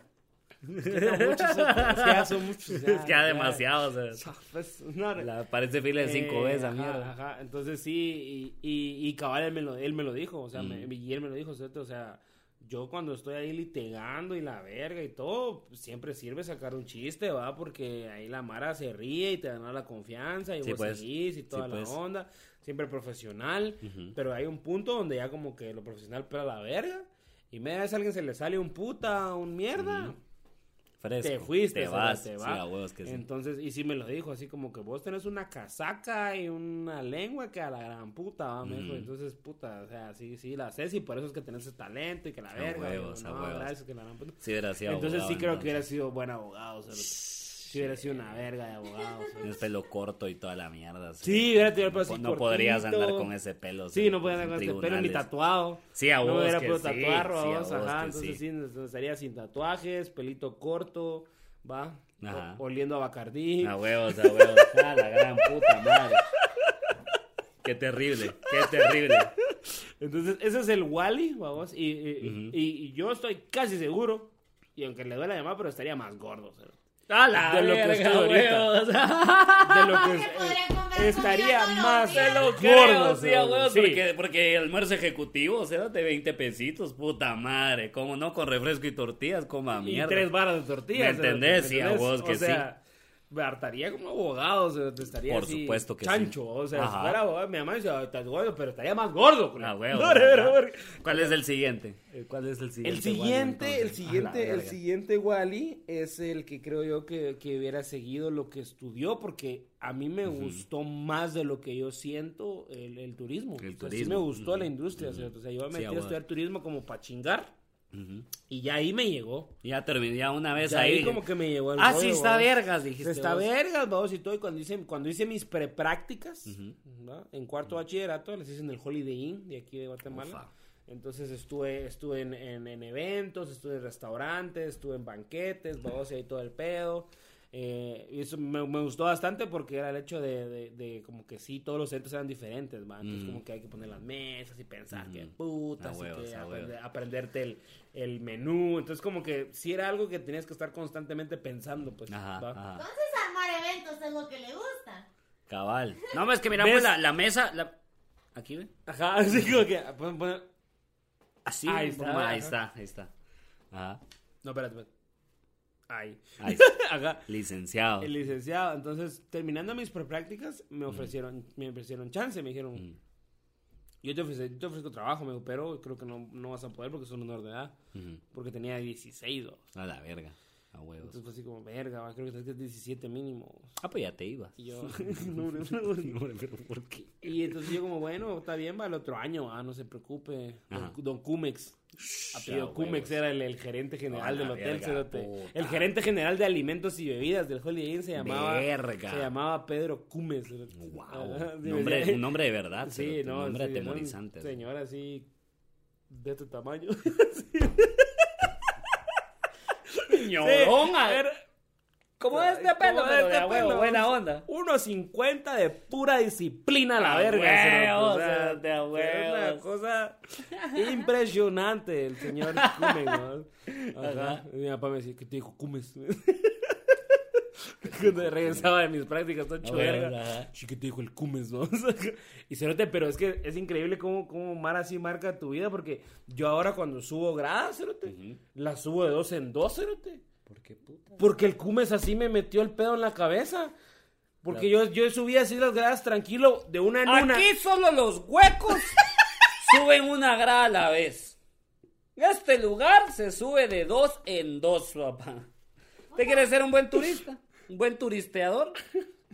Speaker 2: Que son muchos, es que ya son muchos.
Speaker 1: es que ya demasiados, o sea,
Speaker 2: ya. Pues, no,
Speaker 1: la- parece fila de cinco
Speaker 2: Eh,
Speaker 1: veces esa
Speaker 2: ajá,
Speaker 1: mierda,
Speaker 2: Ajá, entonces sí, y, y, y cabal, él me lo, él me lo dijo, o sea,
Speaker 1: Mm.
Speaker 2: me- y él me lo dijo, ¿cierto? O sea, yo cuando estoy ahí litigando y la verga y todo, siempre sirve sacar un chiste, ¿va? Porque ahí la Mara se ríe y te gana la confianza y
Speaker 1: Sí,
Speaker 2: vos
Speaker 1: pues.
Speaker 2: seguís y toda
Speaker 1: Sí,
Speaker 2: la
Speaker 1: pues.
Speaker 2: onda, siempre profesional,
Speaker 1: Ujú.
Speaker 2: pero hay un punto donde ya como que lo profesional pela la verga y media vez a alguien se le sale un puta, un mierda.
Speaker 1: fresco,
Speaker 2: Te fuiste,
Speaker 1: te
Speaker 2: o sea,
Speaker 1: vas,
Speaker 2: te
Speaker 1: sí,
Speaker 2: vas.
Speaker 1: a huevos que sí,
Speaker 2: Entonces, y sí me lo dijo, así como que vos tenés una casaca y una lengua que a la gran puta, ¿va? me dijo.
Speaker 1: Mm.
Speaker 2: Entonces, puta, o sea, sí, sí, la haces y por eso es que tenés ese talento y que la verga. y yo,
Speaker 1: huevos, a
Speaker 2: no,
Speaker 1: huevos.
Speaker 2: gracias, que la gran puta.
Speaker 1: sí hubiera sido
Speaker 2: entonces,
Speaker 1: abogado,
Speaker 2: sí creo que
Speaker 1: entonces.
Speaker 2: hubiera sido buen abogado, o sea, si hubiera sido una verga de abogado. o sea.
Speaker 1: Un pelo corto y toda la mierda,
Speaker 2: Sí, hubiera tenido el pelo
Speaker 1: no,
Speaker 2: así
Speaker 1: no podrías
Speaker 2: cortito.
Speaker 1: andar con ese pelo,
Speaker 2: Sí, no podía andar con este pelo ni
Speaker 1: tatuaje
Speaker 2: tatuado.
Speaker 1: Sí, a
Speaker 2: No
Speaker 1: vos
Speaker 2: hubiera
Speaker 1: que
Speaker 2: podido
Speaker 1: sí,
Speaker 2: tatuar,
Speaker 1: sí,
Speaker 2: babos,
Speaker 1: a vos
Speaker 2: ajá.
Speaker 1: que
Speaker 2: Entonces
Speaker 1: sí.
Speaker 2: sí, nos- nos estaría sin tatuajes, pelito corto, va.
Speaker 1: Ajá.
Speaker 2: O- Oliendo a Bacardí.
Speaker 1: A huevos, a huevos. Ah, la gran puta madre. Qué terrible, qué terrible.
Speaker 2: Entonces, ese es el Wally, vamos. Y, y, y- y yo estoy casi seguro, y aunque le duele llamar, pero estaría más gordo. o sea,
Speaker 1: A la
Speaker 2: De lo que
Speaker 1: verga,
Speaker 2: estoy ahorita.
Speaker 1: huevos. ah,
Speaker 2: De lo que eh,
Speaker 3: Porque podría comer
Speaker 2: estaría
Speaker 3: comida todos
Speaker 2: más
Speaker 3: los días.
Speaker 2: gordo.
Speaker 1: Gordo, sí, a
Speaker 2: cerote,
Speaker 1: huevos,
Speaker 2: sí.
Speaker 1: porque, porque almuerzo ejecutivo, o sea, de 20 pesitos, puta madre. ¿Cómo no? Con refresco y tortillas, coma
Speaker 2: Y
Speaker 1: mierda.
Speaker 2: tres barras de tortillas.
Speaker 1: ¿Me
Speaker 2: o sea,
Speaker 1: entendés? Sí, a vos que
Speaker 2: o sea, Me hartaría como abogado, o sea, te estaría
Speaker 1: Por
Speaker 2: así
Speaker 1: supuesto que sí.
Speaker 2: chancho, o sea, si
Speaker 1: Ajá.
Speaker 2: fuera abogado, mi mamá dice, "Ay, estás gordo, pero estaría más gordo. culo".
Speaker 1: A huevos.
Speaker 2: No, no, no,
Speaker 1: ajá.
Speaker 2: porque-
Speaker 1: ¿Cuál es el siguiente? Eh, ¿Cuál es el siguiente?
Speaker 2: El
Speaker 1: Wally,
Speaker 2: siguiente, el
Speaker 1: entonces? A la
Speaker 2: siguiente, el
Speaker 1: verga.
Speaker 2: siguiente Wally es el que creo yo que, que hubiera seguido lo que estudió, porque a mí me gustó más de lo que yo siento el, el turismo.
Speaker 1: El
Speaker 2: O sea, sí
Speaker 1: turismo,
Speaker 2: me gustó
Speaker 1: ujú,
Speaker 2: la industria, ¿cierto? o sea, yo me
Speaker 1: Sí,
Speaker 2: metí
Speaker 1: a
Speaker 2: a
Speaker 1: huevo.
Speaker 2: estudiar turismo como para chingar,
Speaker 1: Ujú.
Speaker 2: y ya ahí me llegó.
Speaker 1: Ya terminé, ya una vez
Speaker 2: Ya
Speaker 1: ahí.
Speaker 2: ahí como que me llegó el
Speaker 1: Ah,
Speaker 2: rollo,
Speaker 1: sí, está
Speaker 2: babos.
Speaker 1: vergas, dijiste.
Speaker 2: Está
Speaker 1: vos.
Speaker 2: vergas, vamos y todo. Y cuando hice, cuando hice mis preprácticas,
Speaker 1: Ujú.
Speaker 2: ¿no? en cuarto bachillerato, las hice en el Holiday Inn de aquí de Guatemala.
Speaker 1: Ufa.
Speaker 2: Entonces estuve, estuve en, en- en eventos, estuve en restaurantes, estuve en banquetes, vamos y ahí todo el pedo. Eh, y eso me, me gustó bastante porque era el hecho de, de- de como que sí, todos los eventos eran diferentes, ¿va? Entonces
Speaker 1: Mm.
Speaker 2: como que hay que poner las mesas y pensar que
Speaker 1: Ujú.
Speaker 2: putas,
Speaker 1: A
Speaker 2: y
Speaker 1: huevos,
Speaker 2: que
Speaker 1: a
Speaker 2: aprender-
Speaker 1: huevos.
Speaker 2: aprenderte el, el menú. Entonces como que sí era algo que tenías que estar constantemente pensando, pues.
Speaker 1: Ajá,
Speaker 2: ¿va?
Speaker 1: ajá.
Speaker 3: Entonces armar eventos es lo que le gusta.
Speaker 1: Cabal. No, es que mira,
Speaker 2: ¿Ves?
Speaker 1: pues la, la mesa. La... Aquí, ve.
Speaker 2: Ajá, así como que. pon- pon-
Speaker 1: Así.
Speaker 2: Ahí
Speaker 1: un
Speaker 2: está,
Speaker 1: poco más, Ahí
Speaker 2: ajá.
Speaker 1: está, ahí está. Ajá.
Speaker 2: No, espérate, espérate. Ahí.
Speaker 1: Ahí está.
Speaker 2: Ajá.
Speaker 1: Licenciado.
Speaker 2: El licenciado. Entonces, terminando mis preprácticas, me ofrecieron, me ofrecieron chance. Me dijeron,
Speaker 1: Mm.
Speaker 2: yo, te ofrece- yo te ofrezco trabajo, me dijo, pero creo que no, no vas a poder porque es un honor de edad.
Speaker 1: Ujú.
Speaker 2: Porque tenía 16. o-
Speaker 1: A la verga. A huevos.
Speaker 2: Entonces fue así como, verga, va, creo que tenés que 17 mínimo.
Speaker 1: Ah, pues ya te ibas.
Speaker 2: Y yo, no, no, no.
Speaker 1: No, hombre, pero ¿por qué?
Speaker 2: Y entonces yo como, bueno, está bien, va el otro año, ah, no se preocupe. Don,
Speaker 1: Ajá.
Speaker 2: don Cumex.
Speaker 1: a
Speaker 2: Apellido
Speaker 1: huevos.
Speaker 2: Cumex era el, el gerente general
Speaker 1: A
Speaker 2: del
Speaker 1: la
Speaker 2: hotel.
Speaker 1: verga,
Speaker 2: cerote.
Speaker 1: puta.
Speaker 2: el gerente general de alimentos y bebidas del Holiday Inn se llamaba,
Speaker 1: Verga.
Speaker 2: se llamaba Pedro Cumex. cerote.
Speaker 1: Wow.
Speaker 2: Ajá, sí,
Speaker 1: nombre,
Speaker 2: decía-
Speaker 1: un nombre de verdad.
Speaker 2: Sí, no,
Speaker 1: Un nombre
Speaker 2: sí, era un
Speaker 1: atemorizante.
Speaker 2: Señor así de tu tamaño.
Speaker 1: Ñorón, a-
Speaker 2: ¿Cómo
Speaker 1: es de pelo, este
Speaker 2: este
Speaker 1: pero de a huevo, buena onda.
Speaker 2: 1.50 de pura disciplina a la
Speaker 1: A
Speaker 2: verga.
Speaker 1: huevo,
Speaker 2: cerote, o sea,
Speaker 1: cerote, a huevo.
Speaker 2: Es una cosa impresionante el señor Cumes. ¿no? Ajá.
Speaker 1: Ajá.
Speaker 2: Y Mi papá me decía, ¿qué te dijo Cumes? Cuando regresaba de mis prácticas, todo hecho
Speaker 1: bueno,
Speaker 2: verga.
Speaker 1: ajá.
Speaker 2: Sí, ¿qué te dijo el Cumes, no? O sea, y cerote, pero es que es increíble cómo, cómo Mar así marca tu vida, porque yo ahora cuando subo gradas, cerote, la subo de dos en dos, cerote.
Speaker 1: ¿Por qué puta?
Speaker 2: Porque el Cumes así me metió el pedo en la cabeza. Porque yo, yo subía así las gradas tranquilo, de una en una.
Speaker 1: Aquí solo los huecos suben una grada a la vez. Este lugar se sube de dos en dos, papá. ¿Usted quiere ser un buen turista? ¿Un buen turisteador?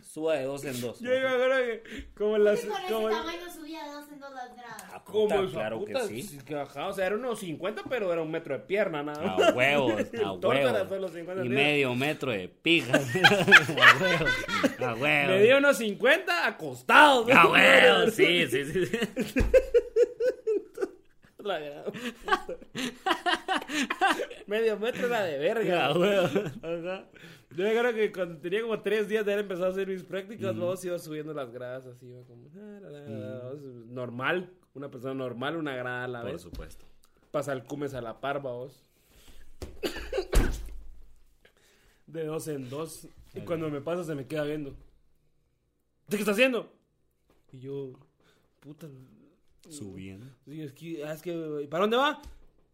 Speaker 1: Suba de dos en dos.
Speaker 2: Yo me acuerdo que como las...
Speaker 3: Y con ese
Speaker 2: como-
Speaker 3: tamaño subía dos en dos las gradas.
Speaker 1: Ah,
Speaker 2: Como
Speaker 1: puta,
Speaker 2: esa
Speaker 1: claro que
Speaker 2: puta,
Speaker 1: sí.
Speaker 2: que bajaba, o sea, era unos 50, pero era un metro de pierna, nada más.
Speaker 1: A huevos,
Speaker 2: El
Speaker 1: a
Speaker 2: torso era solo
Speaker 1: huevos.
Speaker 2: 50
Speaker 1: Y
Speaker 2: libras.
Speaker 1: medio metro de pija. a huevos. A huevos.
Speaker 2: Me dio unos 50 acostados.
Speaker 1: A huevos, Ah, sí, sí, sí. sí.
Speaker 2: La gran puta. Medio metro era de verga.
Speaker 1: A huevos.
Speaker 2: Ajá. Yo me acuerdo que cuando tenía como tres días de haber empezado a hacer mis prácticas, vos iba subiendo las gradas así, iba como... ah, la, la, la, Normal, una persona normal, una grada a la
Speaker 1: Por
Speaker 2: vez.
Speaker 1: supuesto.
Speaker 2: Pasa el cumes a la par, vos. De dos en dos. Y cuando me pasa se me queda viendo. ¿De qué está haciendo? Y yo, puta.
Speaker 1: Subiendo.
Speaker 2: sí, es que, ah, es que, ¿para dónde va?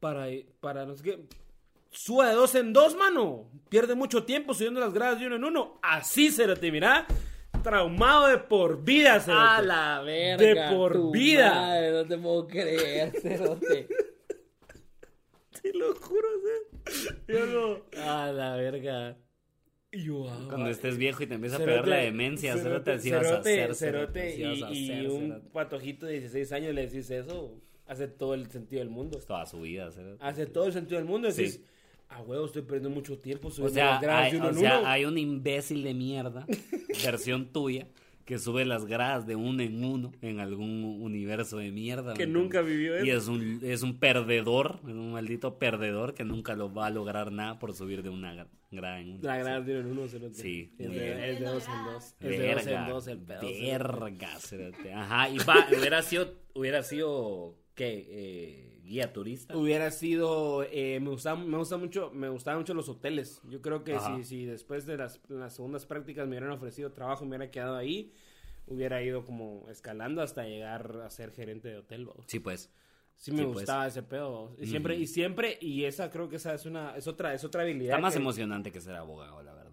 Speaker 2: Para, para, no sé qué. Suba de dos en dos, mano. Pierde mucho tiempo subiendo las gradas de uno en uno. Así, Cerote, mirá. Traumado de por vida, Cerote.
Speaker 1: A la verga.
Speaker 2: De por
Speaker 1: tu
Speaker 2: vida.
Speaker 1: madre, no te puedo creer, cerote.
Speaker 2: Te lo juro, Cerote. Yo no.
Speaker 1: A la verga.
Speaker 2: Y yo, ah,
Speaker 1: Cuando estés viejo y te empieza a
Speaker 2: Cerote,
Speaker 1: pegar la demencia, cerote, así vas a
Speaker 2: cerote,
Speaker 1: hacer.
Speaker 2: cerote,
Speaker 1: así vas a
Speaker 2: y, y
Speaker 1: hacer,
Speaker 2: un
Speaker 1: cerote.
Speaker 2: patojito de 16 años le decís eso, hace todo el sentido del mundo.
Speaker 1: Toda su vida, cerote.
Speaker 2: Hace todo el sentido del mundo. Decís,
Speaker 1: Sí.
Speaker 2: a huevo, estoy perdiendo mucho tiempo
Speaker 1: O
Speaker 2: subiendo
Speaker 1: sea,
Speaker 2: las gradas
Speaker 1: hay,
Speaker 2: de uno
Speaker 1: o
Speaker 2: en
Speaker 1: sea,
Speaker 2: uno.
Speaker 1: hay un imbécil de mierda, versión tuya, que sube las gradas de uno en uno en algún universo de mierda.
Speaker 2: Que
Speaker 1: ¿me
Speaker 2: nunca
Speaker 1: entiendes?
Speaker 2: vivió
Speaker 1: Y
Speaker 2: eso.
Speaker 1: es un, es un perdedor, es un maldito perdedor que nunca lo va a lograr nada por subir de una gra- grada en una.
Speaker 2: Las gradas de uno en uno, cerote.
Speaker 1: Sí,
Speaker 2: Es
Speaker 1: muy bien.
Speaker 2: de, es de dos en dos. Es de dos
Speaker 1: Verga,
Speaker 2: en dos el pedo. cerote.
Speaker 1: verga, cerote. Ajá, y va, hubiera sido, hubiera sido, ¿qué? Eh, guía turista.
Speaker 2: Hubiera sido, eh, me gustaba, me gusta mucho, me gustaban mucho los hoteles. Yo creo que
Speaker 1: Ajá.
Speaker 2: si, si después de las, las segundas prácticas me hubieran ofrecido trabajo, me hubiera quedado ahí, hubiera ido como escalando hasta llegar a ser gerente de hotel. vamos.
Speaker 1: Sí, pues.
Speaker 2: Sí me
Speaker 1: Sí, pues.
Speaker 2: gustaba ese pedo. vamos. Y siempre, y siempre, y esa creo que esa es una, es otra, es otra habilidad.
Speaker 1: Está más
Speaker 2: que-
Speaker 1: emocionante que ser abogado, la verdad.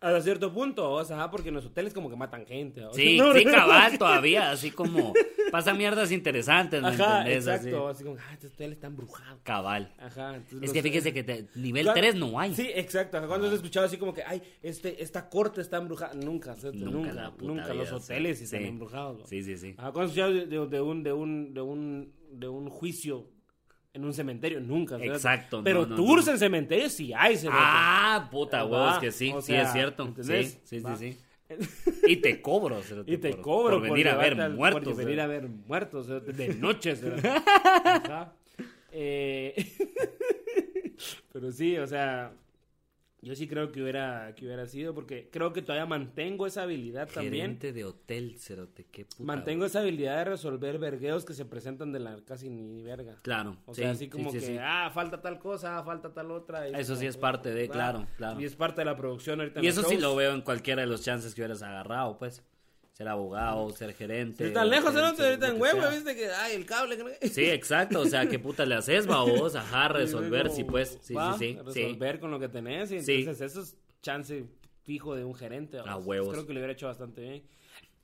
Speaker 2: Hasta cierto punto, o sea, ajá, porque en los hoteles como que matan gente. vamos.
Speaker 1: Sí,
Speaker 2: No,
Speaker 1: sí,
Speaker 2: no, no.
Speaker 1: cabal, todavía, así como pasan mierdas interesantes, ¿me
Speaker 2: Ajá,
Speaker 1: entendés? Así,
Speaker 2: exacto. Así como, ah, este hotel está embrujado.
Speaker 1: Cabal.
Speaker 2: Ajá. entonces
Speaker 1: Es
Speaker 2: los-
Speaker 1: que fíjese que te- nivel
Speaker 2: Claro.
Speaker 1: 3 no hay.
Speaker 2: Sí, exacto. Ajá, Cuando has escuchado así como que, ay, este, esta corte está embrujada. Nunca, ¿cierto?
Speaker 1: Nunca
Speaker 2: nunca,
Speaker 1: la
Speaker 2: nunca.
Speaker 1: puta vida,
Speaker 2: los hoteles
Speaker 1: sí.
Speaker 2: están
Speaker 1: Sí.
Speaker 2: embrujados. ¿no?
Speaker 1: Sí, sí, sí.
Speaker 2: Ajá, cuando has escuchado de, de- de un, de, un, de, un, de un juicio en un cementerio, nunca. ¿cierto?
Speaker 1: Exacto, no,
Speaker 2: Pero
Speaker 1: no,
Speaker 2: tours
Speaker 1: no.
Speaker 2: en cementerios sí hay, ¿cierto?
Speaker 1: Ah, puta, huevos,
Speaker 2: Va,
Speaker 1: que sí,
Speaker 2: o
Speaker 1: sí
Speaker 2: sea,
Speaker 1: es cierto. Sí,
Speaker 2: ¿entendés?
Speaker 1: sí, sí,
Speaker 2: Va.
Speaker 1: sí. Y te cobro, cerote,
Speaker 2: Y te
Speaker 1: por-
Speaker 2: cobro
Speaker 1: por venir a ver
Speaker 2: llevarte al-
Speaker 1: muertos.
Speaker 2: Por venir a
Speaker 1: cerote.
Speaker 2: ver muertos ¿cierto? de noche. ¿cierto? Ajá. Eh, Pero sí, o sea, yo sí creo que hubiera, que hubiera sido, porque creo que todavía mantengo esa habilidad también.
Speaker 1: Gerente de hotel, cerote, qué puta.
Speaker 2: Mantengo esa habilidad de resolver vergueos que se presentan de la casi ni verga.
Speaker 1: Claro.
Speaker 2: O
Speaker 1: sí,
Speaker 2: sea, así
Speaker 1: sí,
Speaker 2: como
Speaker 1: sí,
Speaker 2: que,
Speaker 1: sí.
Speaker 2: ah, falta tal cosa, ah, falta tal otra. y
Speaker 1: Eso sí
Speaker 2: como,
Speaker 1: es parte de,
Speaker 2: ah,
Speaker 1: claro, claro.
Speaker 2: Y es parte de la producción ahorita. en
Speaker 1: Y
Speaker 2: los
Speaker 1: eso sí
Speaker 2: shows.
Speaker 1: lo veo en cualquiera de los chances que hubieras agarrado, pues. Ser abogado, ser gerente.
Speaker 2: Sí, tan lejos,
Speaker 1: ser-
Speaker 2: cerote,
Speaker 1: ser
Speaker 2: ahorita
Speaker 1: eh, lo
Speaker 2: en
Speaker 1: que
Speaker 2: huevo,
Speaker 1: sea.
Speaker 2: viste que, ay, el cable. que no-
Speaker 1: Sí, exacto. O sea, ¿qué puta le haces, va vos? Ajá, resolver,
Speaker 2: Como,
Speaker 1: sí, pues. Sí,
Speaker 2: va,
Speaker 1: sí, sí. sí.
Speaker 2: Resolver con lo que tenés. Y
Speaker 1: Sí.
Speaker 2: entonces, eso es chance fijo de un gerente. ¿vamos?
Speaker 1: A huevos.
Speaker 2: Creo que lo hubiera hecho bastante bien.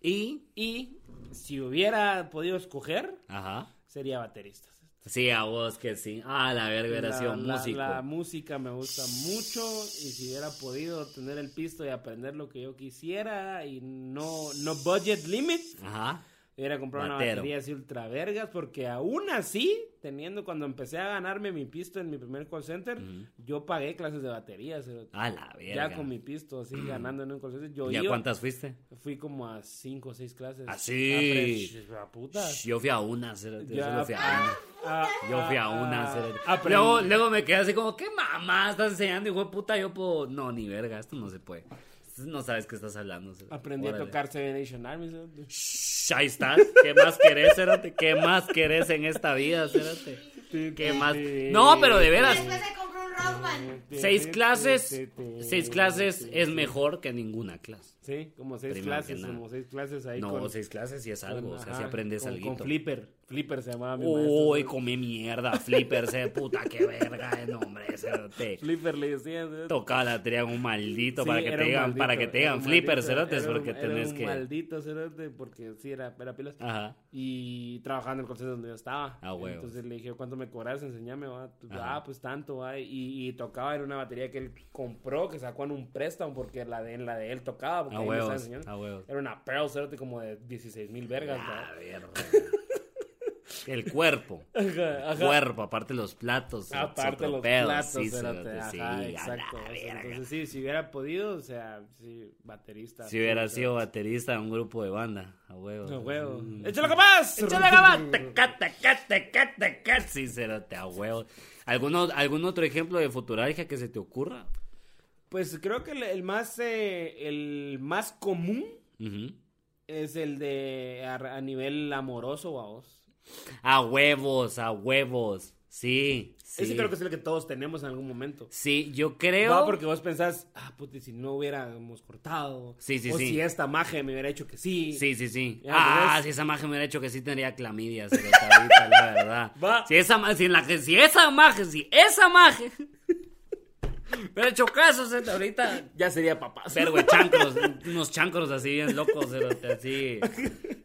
Speaker 1: Y,
Speaker 2: Y si hubiera podido escoger,
Speaker 1: ajá.
Speaker 2: sería baterista.
Speaker 1: Sí, a vos que sí. Ah, la verga hubiera
Speaker 2: La-
Speaker 1: sido
Speaker 2: la-
Speaker 1: músico.
Speaker 2: La, música me gusta mucho y si hubiera podido tener el pisto y aprender lo que yo quisiera y no, no budget limit,
Speaker 1: Ajá.
Speaker 2: hubiera comprado una
Speaker 1: Batero.
Speaker 2: batería así ultra vergas porque aún así, teniendo cuando empecé a ganarme mi pisto en mi primer call center, yo pagué clases de baterías.
Speaker 1: Ah, la verga.
Speaker 2: Ya con mi pisto así ganando en un call center, yo
Speaker 1: ¿Y a
Speaker 2: iba-
Speaker 1: cuántas fuiste?
Speaker 2: fui como a cinco o seis clases.
Speaker 1: ¿Ah, sí?
Speaker 2: Apre- A puta.
Speaker 1: Yo fui a una, cerote, yo solo fui a
Speaker 2: ah,
Speaker 1: una.
Speaker 2: ah,
Speaker 1: Yo fui a
Speaker 2: ah,
Speaker 1: una. cerote.
Speaker 2: aprendí.
Speaker 1: Luego, luego me quedé así como, ¿qué mamá estás enseñando? Hijo de puta, yo puedo. No, ni verga, esto no se puede. No sabes qué estás hablando. cerote.
Speaker 2: Aprendí a
Speaker 1: Órale.
Speaker 2: tocar Seven Nation Army. ¿sí?
Speaker 1: Shh, ahí estás. ¿Qué más querés, Cérate? ¿Qué más querés en esta vida, Cérate? ¿Qué más? No, pero de veras.
Speaker 3: Después se compró un rock band.
Speaker 1: Seis clases. Seis clases es mejor que ninguna clase.
Speaker 2: Sí, como seis
Speaker 1: Primero que
Speaker 2: clases,
Speaker 1: nada.
Speaker 2: como seis clases ahí
Speaker 1: No,
Speaker 2: con...
Speaker 1: seis clases sí es
Speaker 2: con-
Speaker 1: algo. O sea, si
Speaker 2: ajá,
Speaker 1: aprendes
Speaker 2: con-
Speaker 1: algo.
Speaker 2: Con Flipper. Flipper se llamaba mi
Speaker 1: Uy,
Speaker 2: maestro.
Speaker 1: come mierda, flipper, se puta, qué verga eh, de nombre, cerote.
Speaker 2: Flipper le decía... ¿sí?
Speaker 1: Tocaba la tría un maldito
Speaker 2: Sí,
Speaker 1: para que
Speaker 2: era
Speaker 1: te
Speaker 2: un
Speaker 1: digan,
Speaker 2: maldito,
Speaker 1: para que te
Speaker 2: era
Speaker 1: digan
Speaker 2: un
Speaker 1: flipper,
Speaker 2: maldito,
Speaker 1: cerotes,
Speaker 2: era un-
Speaker 1: porque
Speaker 2: era
Speaker 1: tenés
Speaker 2: un
Speaker 1: que.
Speaker 2: maldito cerote, porque sí, era, era pilas.
Speaker 1: Ajá.
Speaker 2: y trabajando en el concepto donde yo estaba.
Speaker 1: Ah, huevos.
Speaker 2: Entonces le dije, ¿cuánto me cobras? Enseñame, va. Tú,
Speaker 1: Ajá.
Speaker 2: Ah, pues tanto, va. Y, y tocaba, era una batería que él compró, que sacó en un préstamo, porque la de, la de él tocaba, porque
Speaker 1: A
Speaker 2: ahí me
Speaker 1: Ah,
Speaker 2: estaba
Speaker 1: huevos,
Speaker 2: enseñando.
Speaker 1: a huevos.
Speaker 2: Era una Pearl Cerote como de 16 mil vergas,
Speaker 1: Ah,
Speaker 2: va.
Speaker 1: verga. El cuerpo.
Speaker 2: Ajá,
Speaker 1: El
Speaker 2: ajá.
Speaker 1: cuerpo, aparte los platos. es
Speaker 2: Aparte
Speaker 1: otro
Speaker 2: los
Speaker 1: pedo,
Speaker 2: platos,
Speaker 1: sí,
Speaker 2: cerote,
Speaker 1: cerote,
Speaker 2: ajá,
Speaker 1: sí, a la
Speaker 2: exacto. o sea,
Speaker 1: verga.
Speaker 2: Entonces sí, si hubiera podido, o sea, sí, baterista.
Speaker 1: Si hubiera
Speaker 2: sí,
Speaker 1: sido baterista de un grupo de banda, a huevo. Mm.
Speaker 2: No, huevo. ¡Échale capaz!
Speaker 1: ¡Échale gama! ¡Taca, taca, taca, taca! Sí, cerote, a huevo. ¿Alguno, ¿Algún otro ejemplo de futuralgia que se te ocurra?
Speaker 2: Pues creo que el, el más, eh, el más común
Speaker 1: Ujú.
Speaker 2: Es el de a, a nivel amoroso, vamos.
Speaker 1: A huevos, a huevos. Sí, sí.
Speaker 2: Ese creo que es el que todos tenemos en algún momento.
Speaker 1: Sí, yo creo.
Speaker 2: Va porque vos pensás, ah, puta, y si no hubiéramos cortado.
Speaker 1: Sí, sí,
Speaker 2: o
Speaker 1: sí.
Speaker 2: si esta magia me hubiera hecho que sí.
Speaker 1: Sí, sí, sí.
Speaker 2: Ya,
Speaker 1: Ah,
Speaker 2: ¿entendés?
Speaker 1: si esa magia me hubiera hecho que sí tendría clamidia, cerote, ahorita, la verdad.
Speaker 2: Va.
Speaker 1: Si esa, ma- si, la, que- si esa magia, si esa magia. Me hubiera hecho caso, cerote, ahorita.
Speaker 2: Ya sería papá.
Speaker 1: Pero, güey, chancros, unos chancros así bien locos, cerote, así.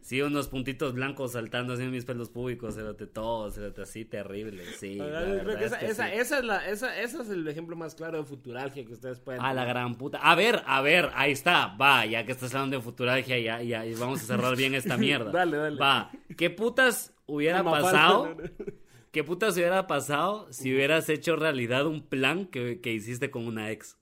Speaker 1: Sí, unos puntitos blancos saltando así en mis pelos públicos, cerote, todo, cerote, así terrible, sí. la
Speaker 2: Creo
Speaker 1: verdad
Speaker 2: que
Speaker 1: es
Speaker 2: esa,
Speaker 1: que
Speaker 2: esa,
Speaker 1: sí.
Speaker 2: esa es la, esa, ese es el ejemplo más claro de futuralgia que ustedes pueden.
Speaker 1: A Ah, la
Speaker 2: tener.
Speaker 1: gran puta. A ver, a ver, ahí está. Va, ya que estás hablando de futuralgia, ya, ya, y vamos a cerrar bien esta mierda.
Speaker 2: Dale, dale.
Speaker 1: Va. ¿Qué putas hubiera
Speaker 2: Como
Speaker 1: pasado?
Speaker 2: falta, ¿no?
Speaker 1: ¿Qué putas hubiera pasado si hubieras hecho realidad un plan que, que hiciste con una ex?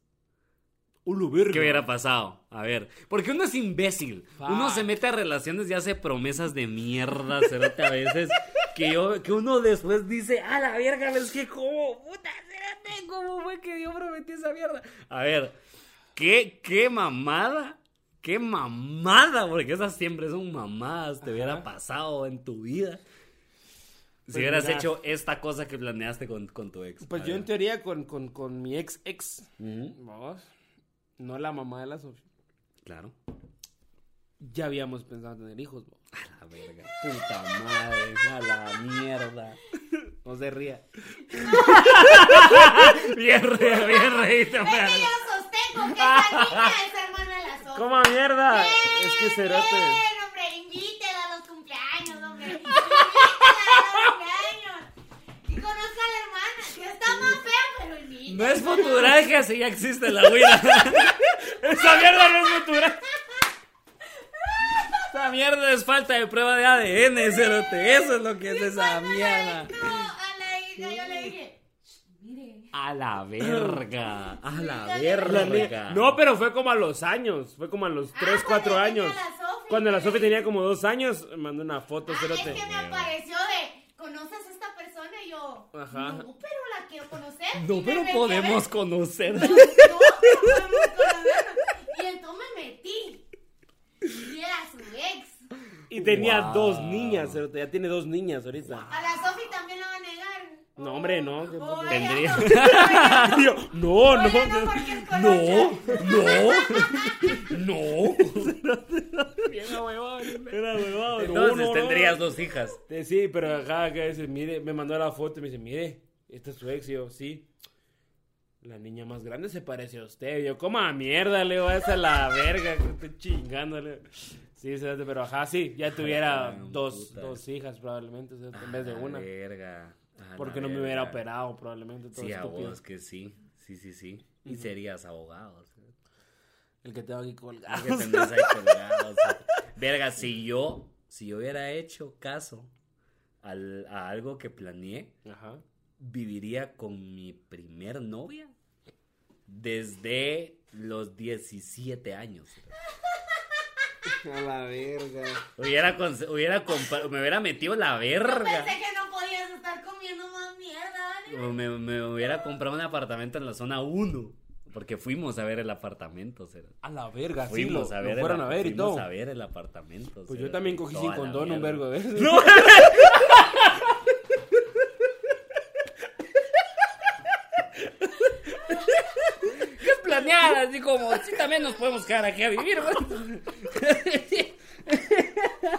Speaker 2: Ulo, verga.
Speaker 1: ¿Qué hubiera pasado? A ver. Porque uno es imbécil. Uno
Speaker 2: Fuck.
Speaker 1: se mete a relaciones y hace promesas de mierda, cerote, a veces. Que, yo, que uno después dice, a la verga, es que cómo, puta, cerote, cómo fue que yo prometí esa mierda. A ver, qué, qué mamada, qué mamada, porque esas siempre son mamadas, te hubiera pasado en tu vida. Si
Speaker 2: Pues
Speaker 1: hubieras
Speaker 2: mira.
Speaker 1: hecho esta cosa que planeaste con, con tu ex.
Speaker 2: Pues
Speaker 1: A
Speaker 2: yo
Speaker 1: ver.
Speaker 2: en teoría con, con, con mi ex ex.
Speaker 1: Ujú,
Speaker 2: Vamos. No la mamá de la Sofía.
Speaker 1: Claro.
Speaker 2: Ya habíamos pensado tener hijos, vos.
Speaker 1: A la verga. Puta madre, a la mierda.
Speaker 2: No se ría.
Speaker 1: Bien, re, bien
Speaker 3: Es
Speaker 1: reído,
Speaker 3: que
Speaker 1: perro.
Speaker 3: yo sostengo que esa niña es hermana de la Sofía.
Speaker 2: ¡Cómo mierda! Es que pues. cerote.
Speaker 3: Ven, hombre, invítela a los cumpleaños, hombre. Invítela a los cumpleaños. Y conozca a la hermana, que está más fea, pero
Speaker 1: No
Speaker 3: invítela.
Speaker 1: es futuraje si ya existe la huida.
Speaker 2: ¡Esa mierda no es natural!
Speaker 1: Esa mierda es falta de prueba de ADN, cerote. Eso es lo que es esa
Speaker 3: Cuando la
Speaker 1: mierda.
Speaker 3: entró a la hija, yo le dije, "Shh, mire.
Speaker 1: A la verga. A la
Speaker 3: La
Speaker 1: verga.
Speaker 2: No, pero fue como a los años. Fue como a los
Speaker 3: Ah,
Speaker 2: 3, 4
Speaker 3: cuando tenía
Speaker 2: años.
Speaker 3: la Sofi.
Speaker 2: Cuando la Sofi tenía como 2 años, me mandó una foto,
Speaker 1: Pues
Speaker 3: Ah, es
Speaker 2: cerote.
Speaker 3: que me apareció de, ¿conoces a esta persona? Y yo,
Speaker 2: Ajá.
Speaker 3: no, pero la quiero conocer. Y
Speaker 1: No,
Speaker 3: me
Speaker 1: pero
Speaker 3: metí a
Speaker 1: podemos
Speaker 3: ver.
Speaker 1: conocer.
Speaker 3: No, no podemos conocernos. Y entonces me metí. Y era su ex.
Speaker 2: Y tenía
Speaker 1: Wow.
Speaker 2: dos niñas, cerote. Ya tiene dos niñas ahorita.
Speaker 3: A la Sofi también la va a negar.
Speaker 2: No, hombre, no.
Speaker 3: O ella no,
Speaker 1: Tendría-
Speaker 3: o ella
Speaker 2: Y yo, no,
Speaker 3: no,
Speaker 2: no.
Speaker 3: porque es
Speaker 1: No,
Speaker 3: colocha.
Speaker 1: no, no.
Speaker 2: Era huevado.
Speaker 1: Entonces
Speaker 2: no, no,
Speaker 1: tendrías
Speaker 2: no.
Speaker 1: dos hijas.
Speaker 2: Eh, Sí, pero acá que dice, mire, me mandó la foto y me dice, mire, esta es su ex. Y yo, sí. La niña más grande se parece a usted. Y yo, coma mierda, le digo, esa es la verga, que estoy chingándole. Sí, cerote, pero ajá, sí, ya tuviera
Speaker 1: gran
Speaker 2: dos,
Speaker 1: puta.
Speaker 2: dos hijas probablemente, cerote, en vez de
Speaker 1: A la
Speaker 2: una.
Speaker 1: Verga. Ah,
Speaker 2: Porque
Speaker 1: la
Speaker 2: no me hubiera
Speaker 1: verga.
Speaker 2: operado probablemente todo
Speaker 1: Sí, a
Speaker 2: estúpido.
Speaker 1: vos que sí. Sí, sí, sí. Y serías abogado. o sea,
Speaker 2: El que tengo aquí
Speaker 1: es
Speaker 2: colgado.
Speaker 1: que tenés ahí colgado, o sea. Verga, si yo, si yo hubiera hecho caso al- a algo que planeé,
Speaker 2: Ajá.
Speaker 1: viviría con mi primer novia desde los 17 años.
Speaker 2: A la verga.
Speaker 1: Hubiera, cons- hubiera compa- me hubiera metido la verga.
Speaker 3: Pensé que no podías estar comiendo más mierda, ¿vale?
Speaker 1: O Me, me hubiera comprado un apartamento en la zona 1. Porque fuimos a ver el apartamento, o sea,
Speaker 2: A la verga, sí. Lo,
Speaker 1: Fuimos a ver
Speaker 2: lo fueron
Speaker 1: el,
Speaker 2: a ver y
Speaker 1: fuimos
Speaker 2: todo.
Speaker 1: a ver el apartamento. o
Speaker 2: Pues
Speaker 1: sea,
Speaker 2: yo también cogí
Speaker 1: toda
Speaker 2: sin
Speaker 1: la
Speaker 2: condón un
Speaker 1: mierda.
Speaker 2: vergo de veces.
Speaker 1: No. ¿Qué es planeada? Así como, sí, también nos podemos quedar aquí a vivir, güey.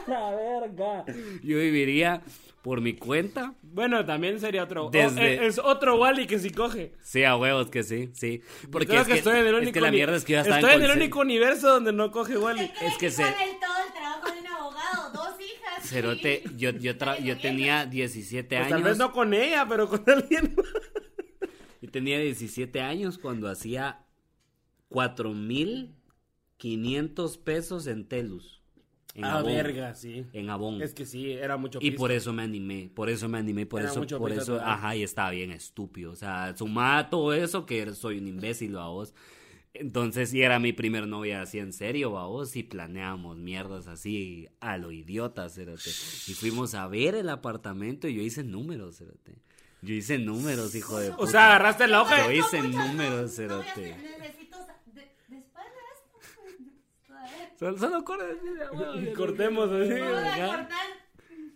Speaker 1: La verga. Yo viviría por mi cuenta.
Speaker 2: Bueno, también sería otro.
Speaker 1: Desde-
Speaker 2: oh, es, es otro Wally que sí coge.
Speaker 1: Sí, a huevos que sí, sí. Porque
Speaker 2: Creo
Speaker 1: es que,
Speaker 2: estoy en el único
Speaker 1: es que la
Speaker 2: uni-
Speaker 1: mierda es que yo ya estaba
Speaker 2: Estoy en el
Speaker 1: consci-
Speaker 2: único universo donde no coge Wally.
Speaker 3: ¿Crees
Speaker 1: que se-
Speaker 3: Con el todo el trabajo de un abogado, dos hijas.
Speaker 1: Cerote,
Speaker 3: sí.
Speaker 1: yo, yo, tra- yo tenía 17
Speaker 2: Pues
Speaker 1: años.
Speaker 2: tal vez no con ella, pero con alguien.
Speaker 1: Yo tenía 17 años cuando hacía 4.500 pesos en Telus. En
Speaker 2: Ah,
Speaker 1: Avon.
Speaker 2: sí.
Speaker 1: En Avon.
Speaker 2: Es que sí, era mucho
Speaker 1: y
Speaker 2: pisto.
Speaker 1: por eso me animé, por eso me animé, por
Speaker 2: Era
Speaker 1: eso,
Speaker 2: mucho
Speaker 1: por
Speaker 2: pisto
Speaker 1: eso,
Speaker 2: todavía.
Speaker 1: ajá, y estaba bien estúpido. O sea, sumaba a todo eso que soy un imbécil, a vos. Entonces, y era mi primer novia así en serio, a vos, y planeamos mierdas así a lo idiota, cerote. Y fuimos a ver el apartamento y yo hice números, cerote. Yo hice números, hijo de
Speaker 2: O
Speaker 1: puta.
Speaker 2: sea, agarraste la
Speaker 1: Yo
Speaker 2: hoja. y-
Speaker 1: hice
Speaker 3: Muchas
Speaker 1: números,
Speaker 3: no-
Speaker 1: cerote.
Speaker 3: no voy a hacer- Necesito. sa- de- Después de esto. A ver.
Speaker 1: Solo, solo corta, sí, la huevo,
Speaker 2: y
Speaker 1: ya
Speaker 2: Cortemos así.
Speaker 3: No voy a
Speaker 2: ¿verdad?
Speaker 3: cortar.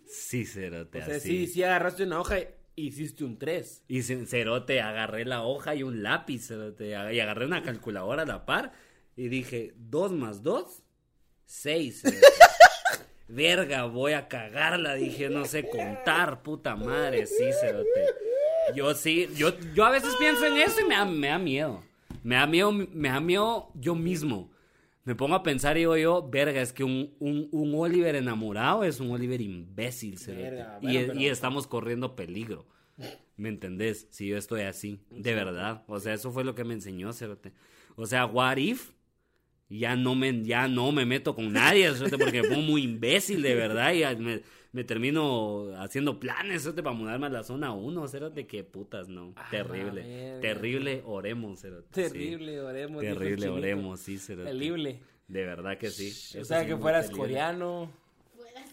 Speaker 1: Sí, cerote,
Speaker 2: O sea,
Speaker 1: Pues así.
Speaker 2: sí, sí agarraste una hoja y hiciste un 3.
Speaker 1: Y sin- cerote, agarré la hoja y un lápiz, cerote, y agarré una calculadora a la par y dije, dos más dos, seis. cerote. Verga, voy a cagarla, dije, no sé contar, puta madre, sí, cerote. Yo sí, yo, yo a veces pienso en eso y me da, me da miedo. Me da miedo, me da miedo yo mismo. Me pongo a pensar y digo yo, verga, es que un, un, un Oliver enamorado es un Oliver imbécil, cerote.
Speaker 2: Verga,
Speaker 1: Y
Speaker 2: bueno,
Speaker 1: es- y
Speaker 2: pero-
Speaker 1: estamos corriendo peligro. ¿Me entendés? Si yo estoy así, de verdad. O sea, eso fue lo que me enseñó, Cerote. O sea, what if ya no me, ya no me meto con nadie, Cerote, porque me pongo muy imbécil, de verdad, y me, me termino haciendo planes, Cerote, para mudarme a la zona 1, Cerote, que putas, no.
Speaker 2: Ah, la
Speaker 1: Terrible.
Speaker 2: verga.
Speaker 1: Terrible, oremos, Cerote. sí.
Speaker 2: Terrible, oremos. dijo el
Speaker 1: Terrible,
Speaker 2: chinito.
Speaker 1: oremos, sí, Cerote.
Speaker 2: Terrible.
Speaker 1: De verdad que sí.
Speaker 2: O
Speaker 1: Eso
Speaker 2: sea,
Speaker 1: sí
Speaker 2: que
Speaker 1: no
Speaker 2: fueras
Speaker 1: terrible.
Speaker 2: coreano.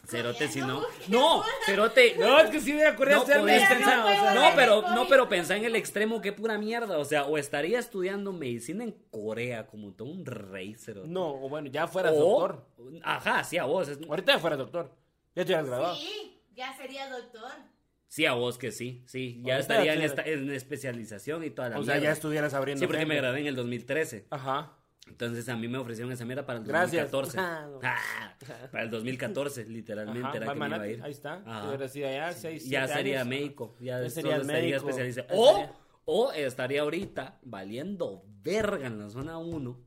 Speaker 1: Cerote, si no.
Speaker 2: ¡No!
Speaker 1: Cerote,
Speaker 2: No, es que sí hubiera
Speaker 1: No,
Speaker 2: coreano
Speaker 1: podés
Speaker 3: Pero no
Speaker 1: pensar-
Speaker 3: puedo
Speaker 1: no,
Speaker 3: ver
Speaker 1: pero,
Speaker 3: el
Speaker 1: no,
Speaker 3: COVID.
Speaker 1: pero pensá en el extremo, qué pura mierda. O sea, o estaría estudiando medicina en Corea como todo un rey, cero.
Speaker 2: No, o bueno, ya fueras
Speaker 1: O-
Speaker 2: doctor.
Speaker 1: Ajá, sí a vos. es-
Speaker 2: Ahorita ya fueras doctor. Ya te hubieras graduado.
Speaker 3: Sí, ya sería doctor.
Speaker 1: Sí a vos que sí, sí. Ya
Speaker 2: Ahorita
Speaker 1: estaría en,
Speaker 2: ya-
Speaker 1: esta- en especialización y toda la
Speaker 2: O sea, ya
Speaker 1: mierda.
Speaker 2: estuvieras abriendo.
Speaker 1: Sí, porque me
Speaker 2: gente.
Speaker 1: gradué en el 2013.
Speaker 2: Ajá.
Speaker 1: Entonces a mí me ofrecieron esa mierda para el
Speaker 2: Gracias.
Speaker 1: 2014.
Speaker 2: Ah, no.
Speaker 1: Ah, para el 2014, literalmente
Speaker 2: Ajá,
Speaker 1: era que me iba a
Speaker 2: Manate,
Speaker 1: ir.
Speaker 2: Ahí está.
Speaker 1: Ajá.
Speaker 2: Yo hubieras ido allá, seis,
Speaker 1: ya
Speaker 2: siete
Speaker 1: sería
Speaker 2: años.
Speaker 1: médico, ya,
Speaker 2: Ya
Speaker 1: sería,
Speaker 2: sería
Speaker 1: estaría
Speaker 2: médico.
Speaker 1: especializado.
Speaker 2: Ya
Speaker 1: O,
Speaker 2: sería-
Speaker 1: o estaría ahorita valiendo verga en la zona 1,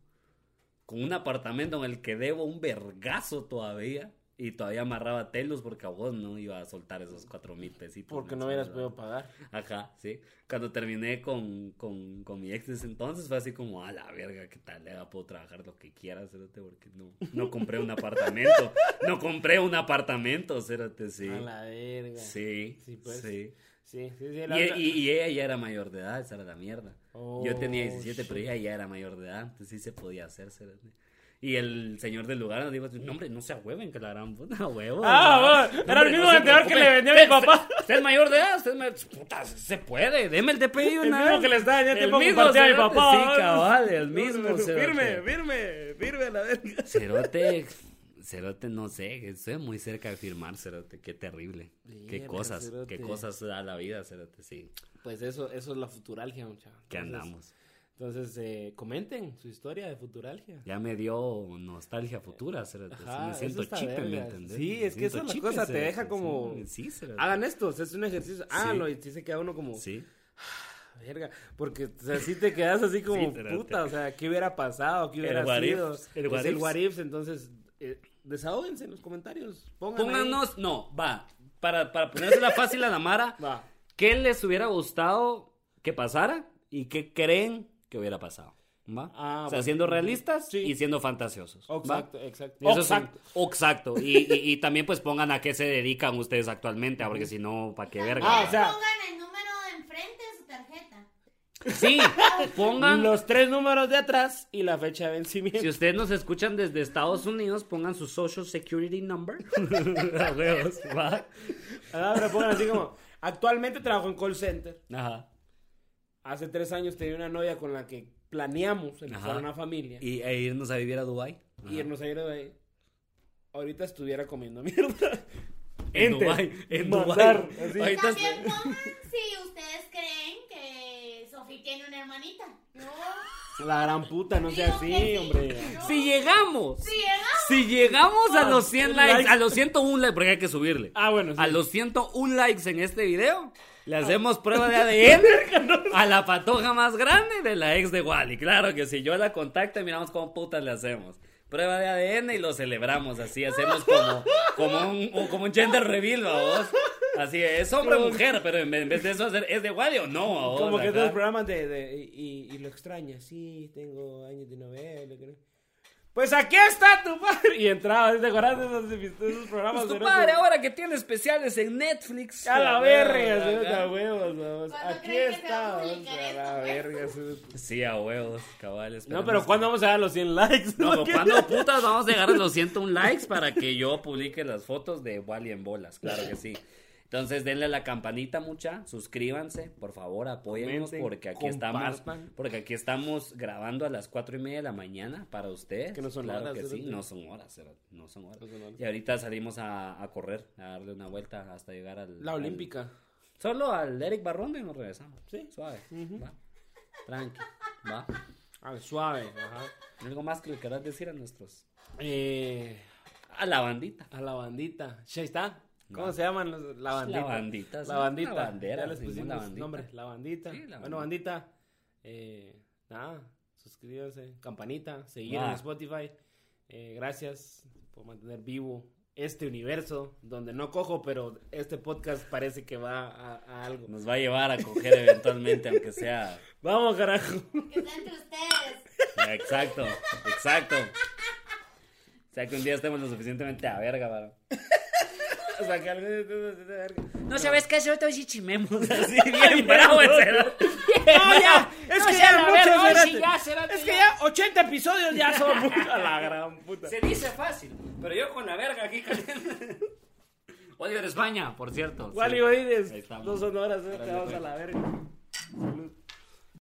Speaker 1: con un apartamento en el que debo un vergazo todavía, y todavía amarraba telos porque a vos no iba a soltar esos cuatro mil pesitos.
Speaker 2: Porque no
Speaker 1: mensuales,
Speaker 2: hubieras podido pagar.
Speaker 1: Ajá, sí. Cuando terminé con, con, con mi ex de ese entonces fue así como, a la verga, ¿qué tal? Ya puedo trabajar lo que quiera, cérate, porque no, no compré un apartamento. No compré un apartamento, cérate, sí.
Speaker 2: A la verga.
Speaker 1: Sí,
Speaker 2: Sí, pues.
Speaker 1: sí.
Speaker 2: Sí, sí, sí.
Speaker 1: Y,
Speaker 2: la-
Speaker 1: y- y ella ya era mayor de edad, esa era la mierda. Yo tenía
Speaker 2: Oh,
Speaker 1: 17, pero ella ya era mayor de edad, entonces sí se podía hacer, cerote. Y el señor del lugar nos dijo, no hombre, no se ahueven, que la gran puta, huevo.
Speaker 2: Ah,
Speaker 1: no,
Speaker 2: bueno, era el
Speaker 1: hombre,
Speaker 2: mismo
Speaker 1: se
Speaker 2: vendedor que
Speaker 1: preocupen.
Speaker 2: le vendió a mi
Speaker 1: Usted-
Speaker 2: papá.
Speaker 1: Usted es mayor de edad, usted es mayor- puta, se puede, deme el DPI de
Speaker 2: El
Speaker 1: una
Speaker 2: mismo
Speaker 1: vez.
Speaker 2: que le estaba ya
Speaker 1: El
Speaker 2: tiempo
Speaker 1: mismo,
Speaker 2: compartía a mi
Speaker 1: cerote,
Speaker 2: papá.
Speaker 1: Sí, cabal, el mismo.
Speaker 2: Firme,
Speaker 1: cerote.
Speaker 2: firme, firme a la verga.
Speaker 1: Cerote, cerote, no sé, estoy muy cerca de firmar, cerote, qué terrible. Qué
Speaker 2: Verga,
Speaker 1: cosas,
Speaker 2: cerote.
Speaker 1: qué cosas da la vida, cerote, sí.
Speaker 2: Pues eso, eso es la futuralgia, muchachos.
Speaker 1: Que andamos.
Speaker 2: Entonces, eh, comenten su historia de futuralgia.
Speaker 1: Ya me dio nostalgia futura, cerote. sí,
Speaker 2: Ajá,
Speaker 1: me
Speaker 2: eso
Speaker 1: siento
Speaker 2: está
Speaker 1: chipe, ¿me
Speaker 2: verga.
Speaker 1: entendés?
Speaker 2: Sí,
Speaker 1: Me
Speaker 2: es que
Speaker 1: siento
Speaker 2: esa es la
Speaker 1: chipe,
Speaker 2: cosa, te
Speaker 1: cerote,
Speaker 2: deja como-
Speaker 1: sí, Sí, cerote.
Speaker 2: Hagan esto, o sea, es un ejercicio. Háganlo y sí se queda uno como,
Speaker 1: Sí.
Speaker 2: verga. Porque, o sea, sí te quedas así como,
Speaker 1: Sí, cerote.
Speaker 2: puta, o sea, ¿qué hubiera pasado? ¿Qué
Speaker 1: El
Speaker 2: hubiera
Speaker 1: what
Speaker 2: sido?
Speaker 1: ifs, el
Speaker 2: Es
Speaker 1: what
Speaker 2: el
Speaker 1: ifs.
Speaker 2: what ifs, entonces, eh, desahóguense en los comentarios. Pongan ahí.
Speaker 1: Pónganos, no, va, para, para ponérsela fácil a la Mara,
Speaker 2: Va.
Speaker 1: ¿Qué les hubiera gustado que pasara y qué creen que hubiera pasado? ¿Va?
Speaker 2: Ah,
Speaker 1: o sea,
Speaker 2: bueno.
Speaker 1: siendo realistas
Speaker 2: Sí.
Speaker 1: y siendo fantasiosos. ¿va?
Speaker 2: Exacto, exacto.
Speaker 1: Eso es un-
Speaker 2: Exacto.
Speaker 1: exacto. Y, y- y también pues pongan a qué se dedican ustedes actualmente, ah, porque si no, ¿para qué verga?
Speaker 2: Ah, o sea-
Speaker 3: Pongan el número de enfrente de su tarjeta.
Speaker 1: Sí, pongan...
Speaker 2: Los tres números de atrás y la fecha de vencimiento.
Speaker 1: Si ustedes nos escuchan desde Estados Unidos, pongan su Social Security Number. A huevos, ¿va?
Speaker 2: Ah, pero pongan así como, actualmente trabajo en call center.
Speaker 1: Ajá.
Speaker 2: Hace tres años tenía una novia con la que planeamos empezar
Speaker 1: Ajá.
Speaker 2: una familia. Y,
Speaker 1: Y, e irnos a vivir a Dubai
Speaker 2: irnos a ir de ahí. Ahorita estuviera comiendo mierda.
Speaker 1: En
Speaker 2: Enter.
Speaker 1: Dubái, en
Speaker 2: Mandar,
Speaker 1: Dubái.
Speaker 2: así.
Speaker 1: Ahorita es-
Speaker 3: También pongan si ustedes creen que Sofi tiene una hermanita. Yo
Speaker 2: La gran puta, no sea
Speaker 3: digo
Speaker 2: así,
Speaker 3: que sí.
Speaker 2: hombre.
Speaker 3: Yo-
Speaker 1: Si llegamos.
Speaker 3: Sí, ¿verdad?
Speaker 1: Si llegamos a los 100 likes,
Speaker 2: likes.
Speaker 1: a los 101 likes, porque hay que subirle.
Speaker 2: Ah, bueno, sí. Ah.
Speaker 1: A los 101 likes en este video, le hacemos prueba de ADN a la patoja más grande de la ex de Wally. Claro que si yo la contacto y miramos cómo putas le hacemos. Prueba de ADN y lo celebramos así, hacemos como, como, un, o como un gender reveal, vos. Así es, hombre o mujer, pero en vez, en vez de eso hacer, ¿es de Wally o no? babos?
Speaker 2: Como que
Speaker 1: Ajá.
Speaker 2: todos los programas de, de- y, y lo extraña, sí, tengo años de novela, que no- Pues aquí está tu padre. Y entraba, ¿te acordás de esos, de esos programas?
Speaker 1: Pues tu
Speaker 2: erosos?
Speaker 1: padre ahora que tiene especiales en Netflix. Ah,
Speaker 2: A la verga, se nota
Speaker 1: Ajá.
Speaker 2: huevos, vamos.
Speaker 3: ¿Cuándo
Speaker 2: Aquí
Speaker 3: creen que se va a
Speaker 2: está, vamos,
Speaker 3: publicar
Speaker 2: a
Speaker 3: esto?
Speaker 2: la verga. se-
Speaker 1: Sí, a huevos, cabal.
Speaker 2: No,
Speaker 1: esperemos
Speaker 2: pero
Speaker 1: que-
Speaker 2: ¿cuándo vamos a dar los 100 likes?
Speaker 1: No,
Speaker 2: ¿Por
Speaker 1: pero
Speaker 2: qué?
Speaker 1: ¿cuándo putas vamos a llegar a los 101 likes para que yo publique las fotos de Wally en bolas? Claro que sí. Entonces denle a la campanita mucha, suscríbanse, por favor, apóyennos
Speaker 2: Comenten,
Speaker 1: porque aquí estamos,
Speaker 2: compartan.
Speaker 1: porque aquí estamos grabando a las cuatro y media de la mañana para ustedes.
Speaker 2: Que no son
Speaker 1: claro
Speaker 2: horas,
Speaker 1: que sí,
Speaker 2: cerote.
Speaker 1: no son horas, cerote, no son horas.
Speaker 2: No son horas.
Speaker 1: Y ahorita salimos a, a correr, a darle una vuelta hasta llegar al
Speaker 2: La
Speaker 1: al-
Speaker 2: Olímpica.
Speaker 1: solo al Eric Barrón y nos regresamos.
Speaker 2: Sí.
Speaker 1: Suave. va. Tranqui. Va.
Speaker 2: Ah, suave. Ajá.
Speaker 1: Algo más que le querrás decir a nuestros.
Speaker 2: Eh,
Speaker 1: A la bandita.
Speaker 2: a la bandita. Ya está. ¿Cómo
Speaker 1: Va.
Speaker 2: se llaman los- la bandita?
Speaker 1: La bandita, sí,
Speaker 2: La bandita.
Speaker 1: una bandera,
Speaker 2: ya les
Speaker 1: sí, una
Speaker 2: pusimos
Speaker 1: bandita.
Speaker 2: nombre. La bandita.
Speaker 1: Sí, la
Speaker 2: bueno, bandita. eh, nada. Suscríbanse. Campanita. Seguir
Speaker 1: Va.
Speaker 2: en Spotify. Eh, gracias por mantener vivo este universo donde no cojo, pero este podcast parece que va a, a algo.
Speaker 1: Nos va a llevar a coger eventualmente, aunque sea.
Speaker 2: Vamos, carajo.
Speaker 3: Que está entre ustedes.
Speaker 1: Exacto, exacto. O sea, que un día estemos lo suficientemente a verga, para.
Speaker 2: O sea, que algo-
Speaker 1: No sabes qué hacer, hoy sí chimemos. Así, bien bravo, cero.
Speaker 2: No, ya. Es
Speaker 1: No,
Speaker 2: que
Speaker 1: ya,
Speaker 2: ya
Speaker 1: la
Speaker 2: muchas
Speaker 1: verga, hoy sí,
Speaker 2: gracias.
Speaker 1: ya, cerote,
Speaker 2: Es que
Speaker 1: ya.
Speaker 2: ya 80 episodios ya son puta la gran puta.
Speaker 1: Se dice fácil, pero yo con la verga aquí caliente. Oliver España, por cierto.
Speaker 2: Wally
Speaker 1: sí.
Speaker 2: Godínez,
Speaker 1: Ahí estamos.
Speaker 2: dos sonoras,
Speaker 1: Órale,
Speaker 2: te vamos a
Speaker 1: pues.
Speaker 2: la verga. Salud.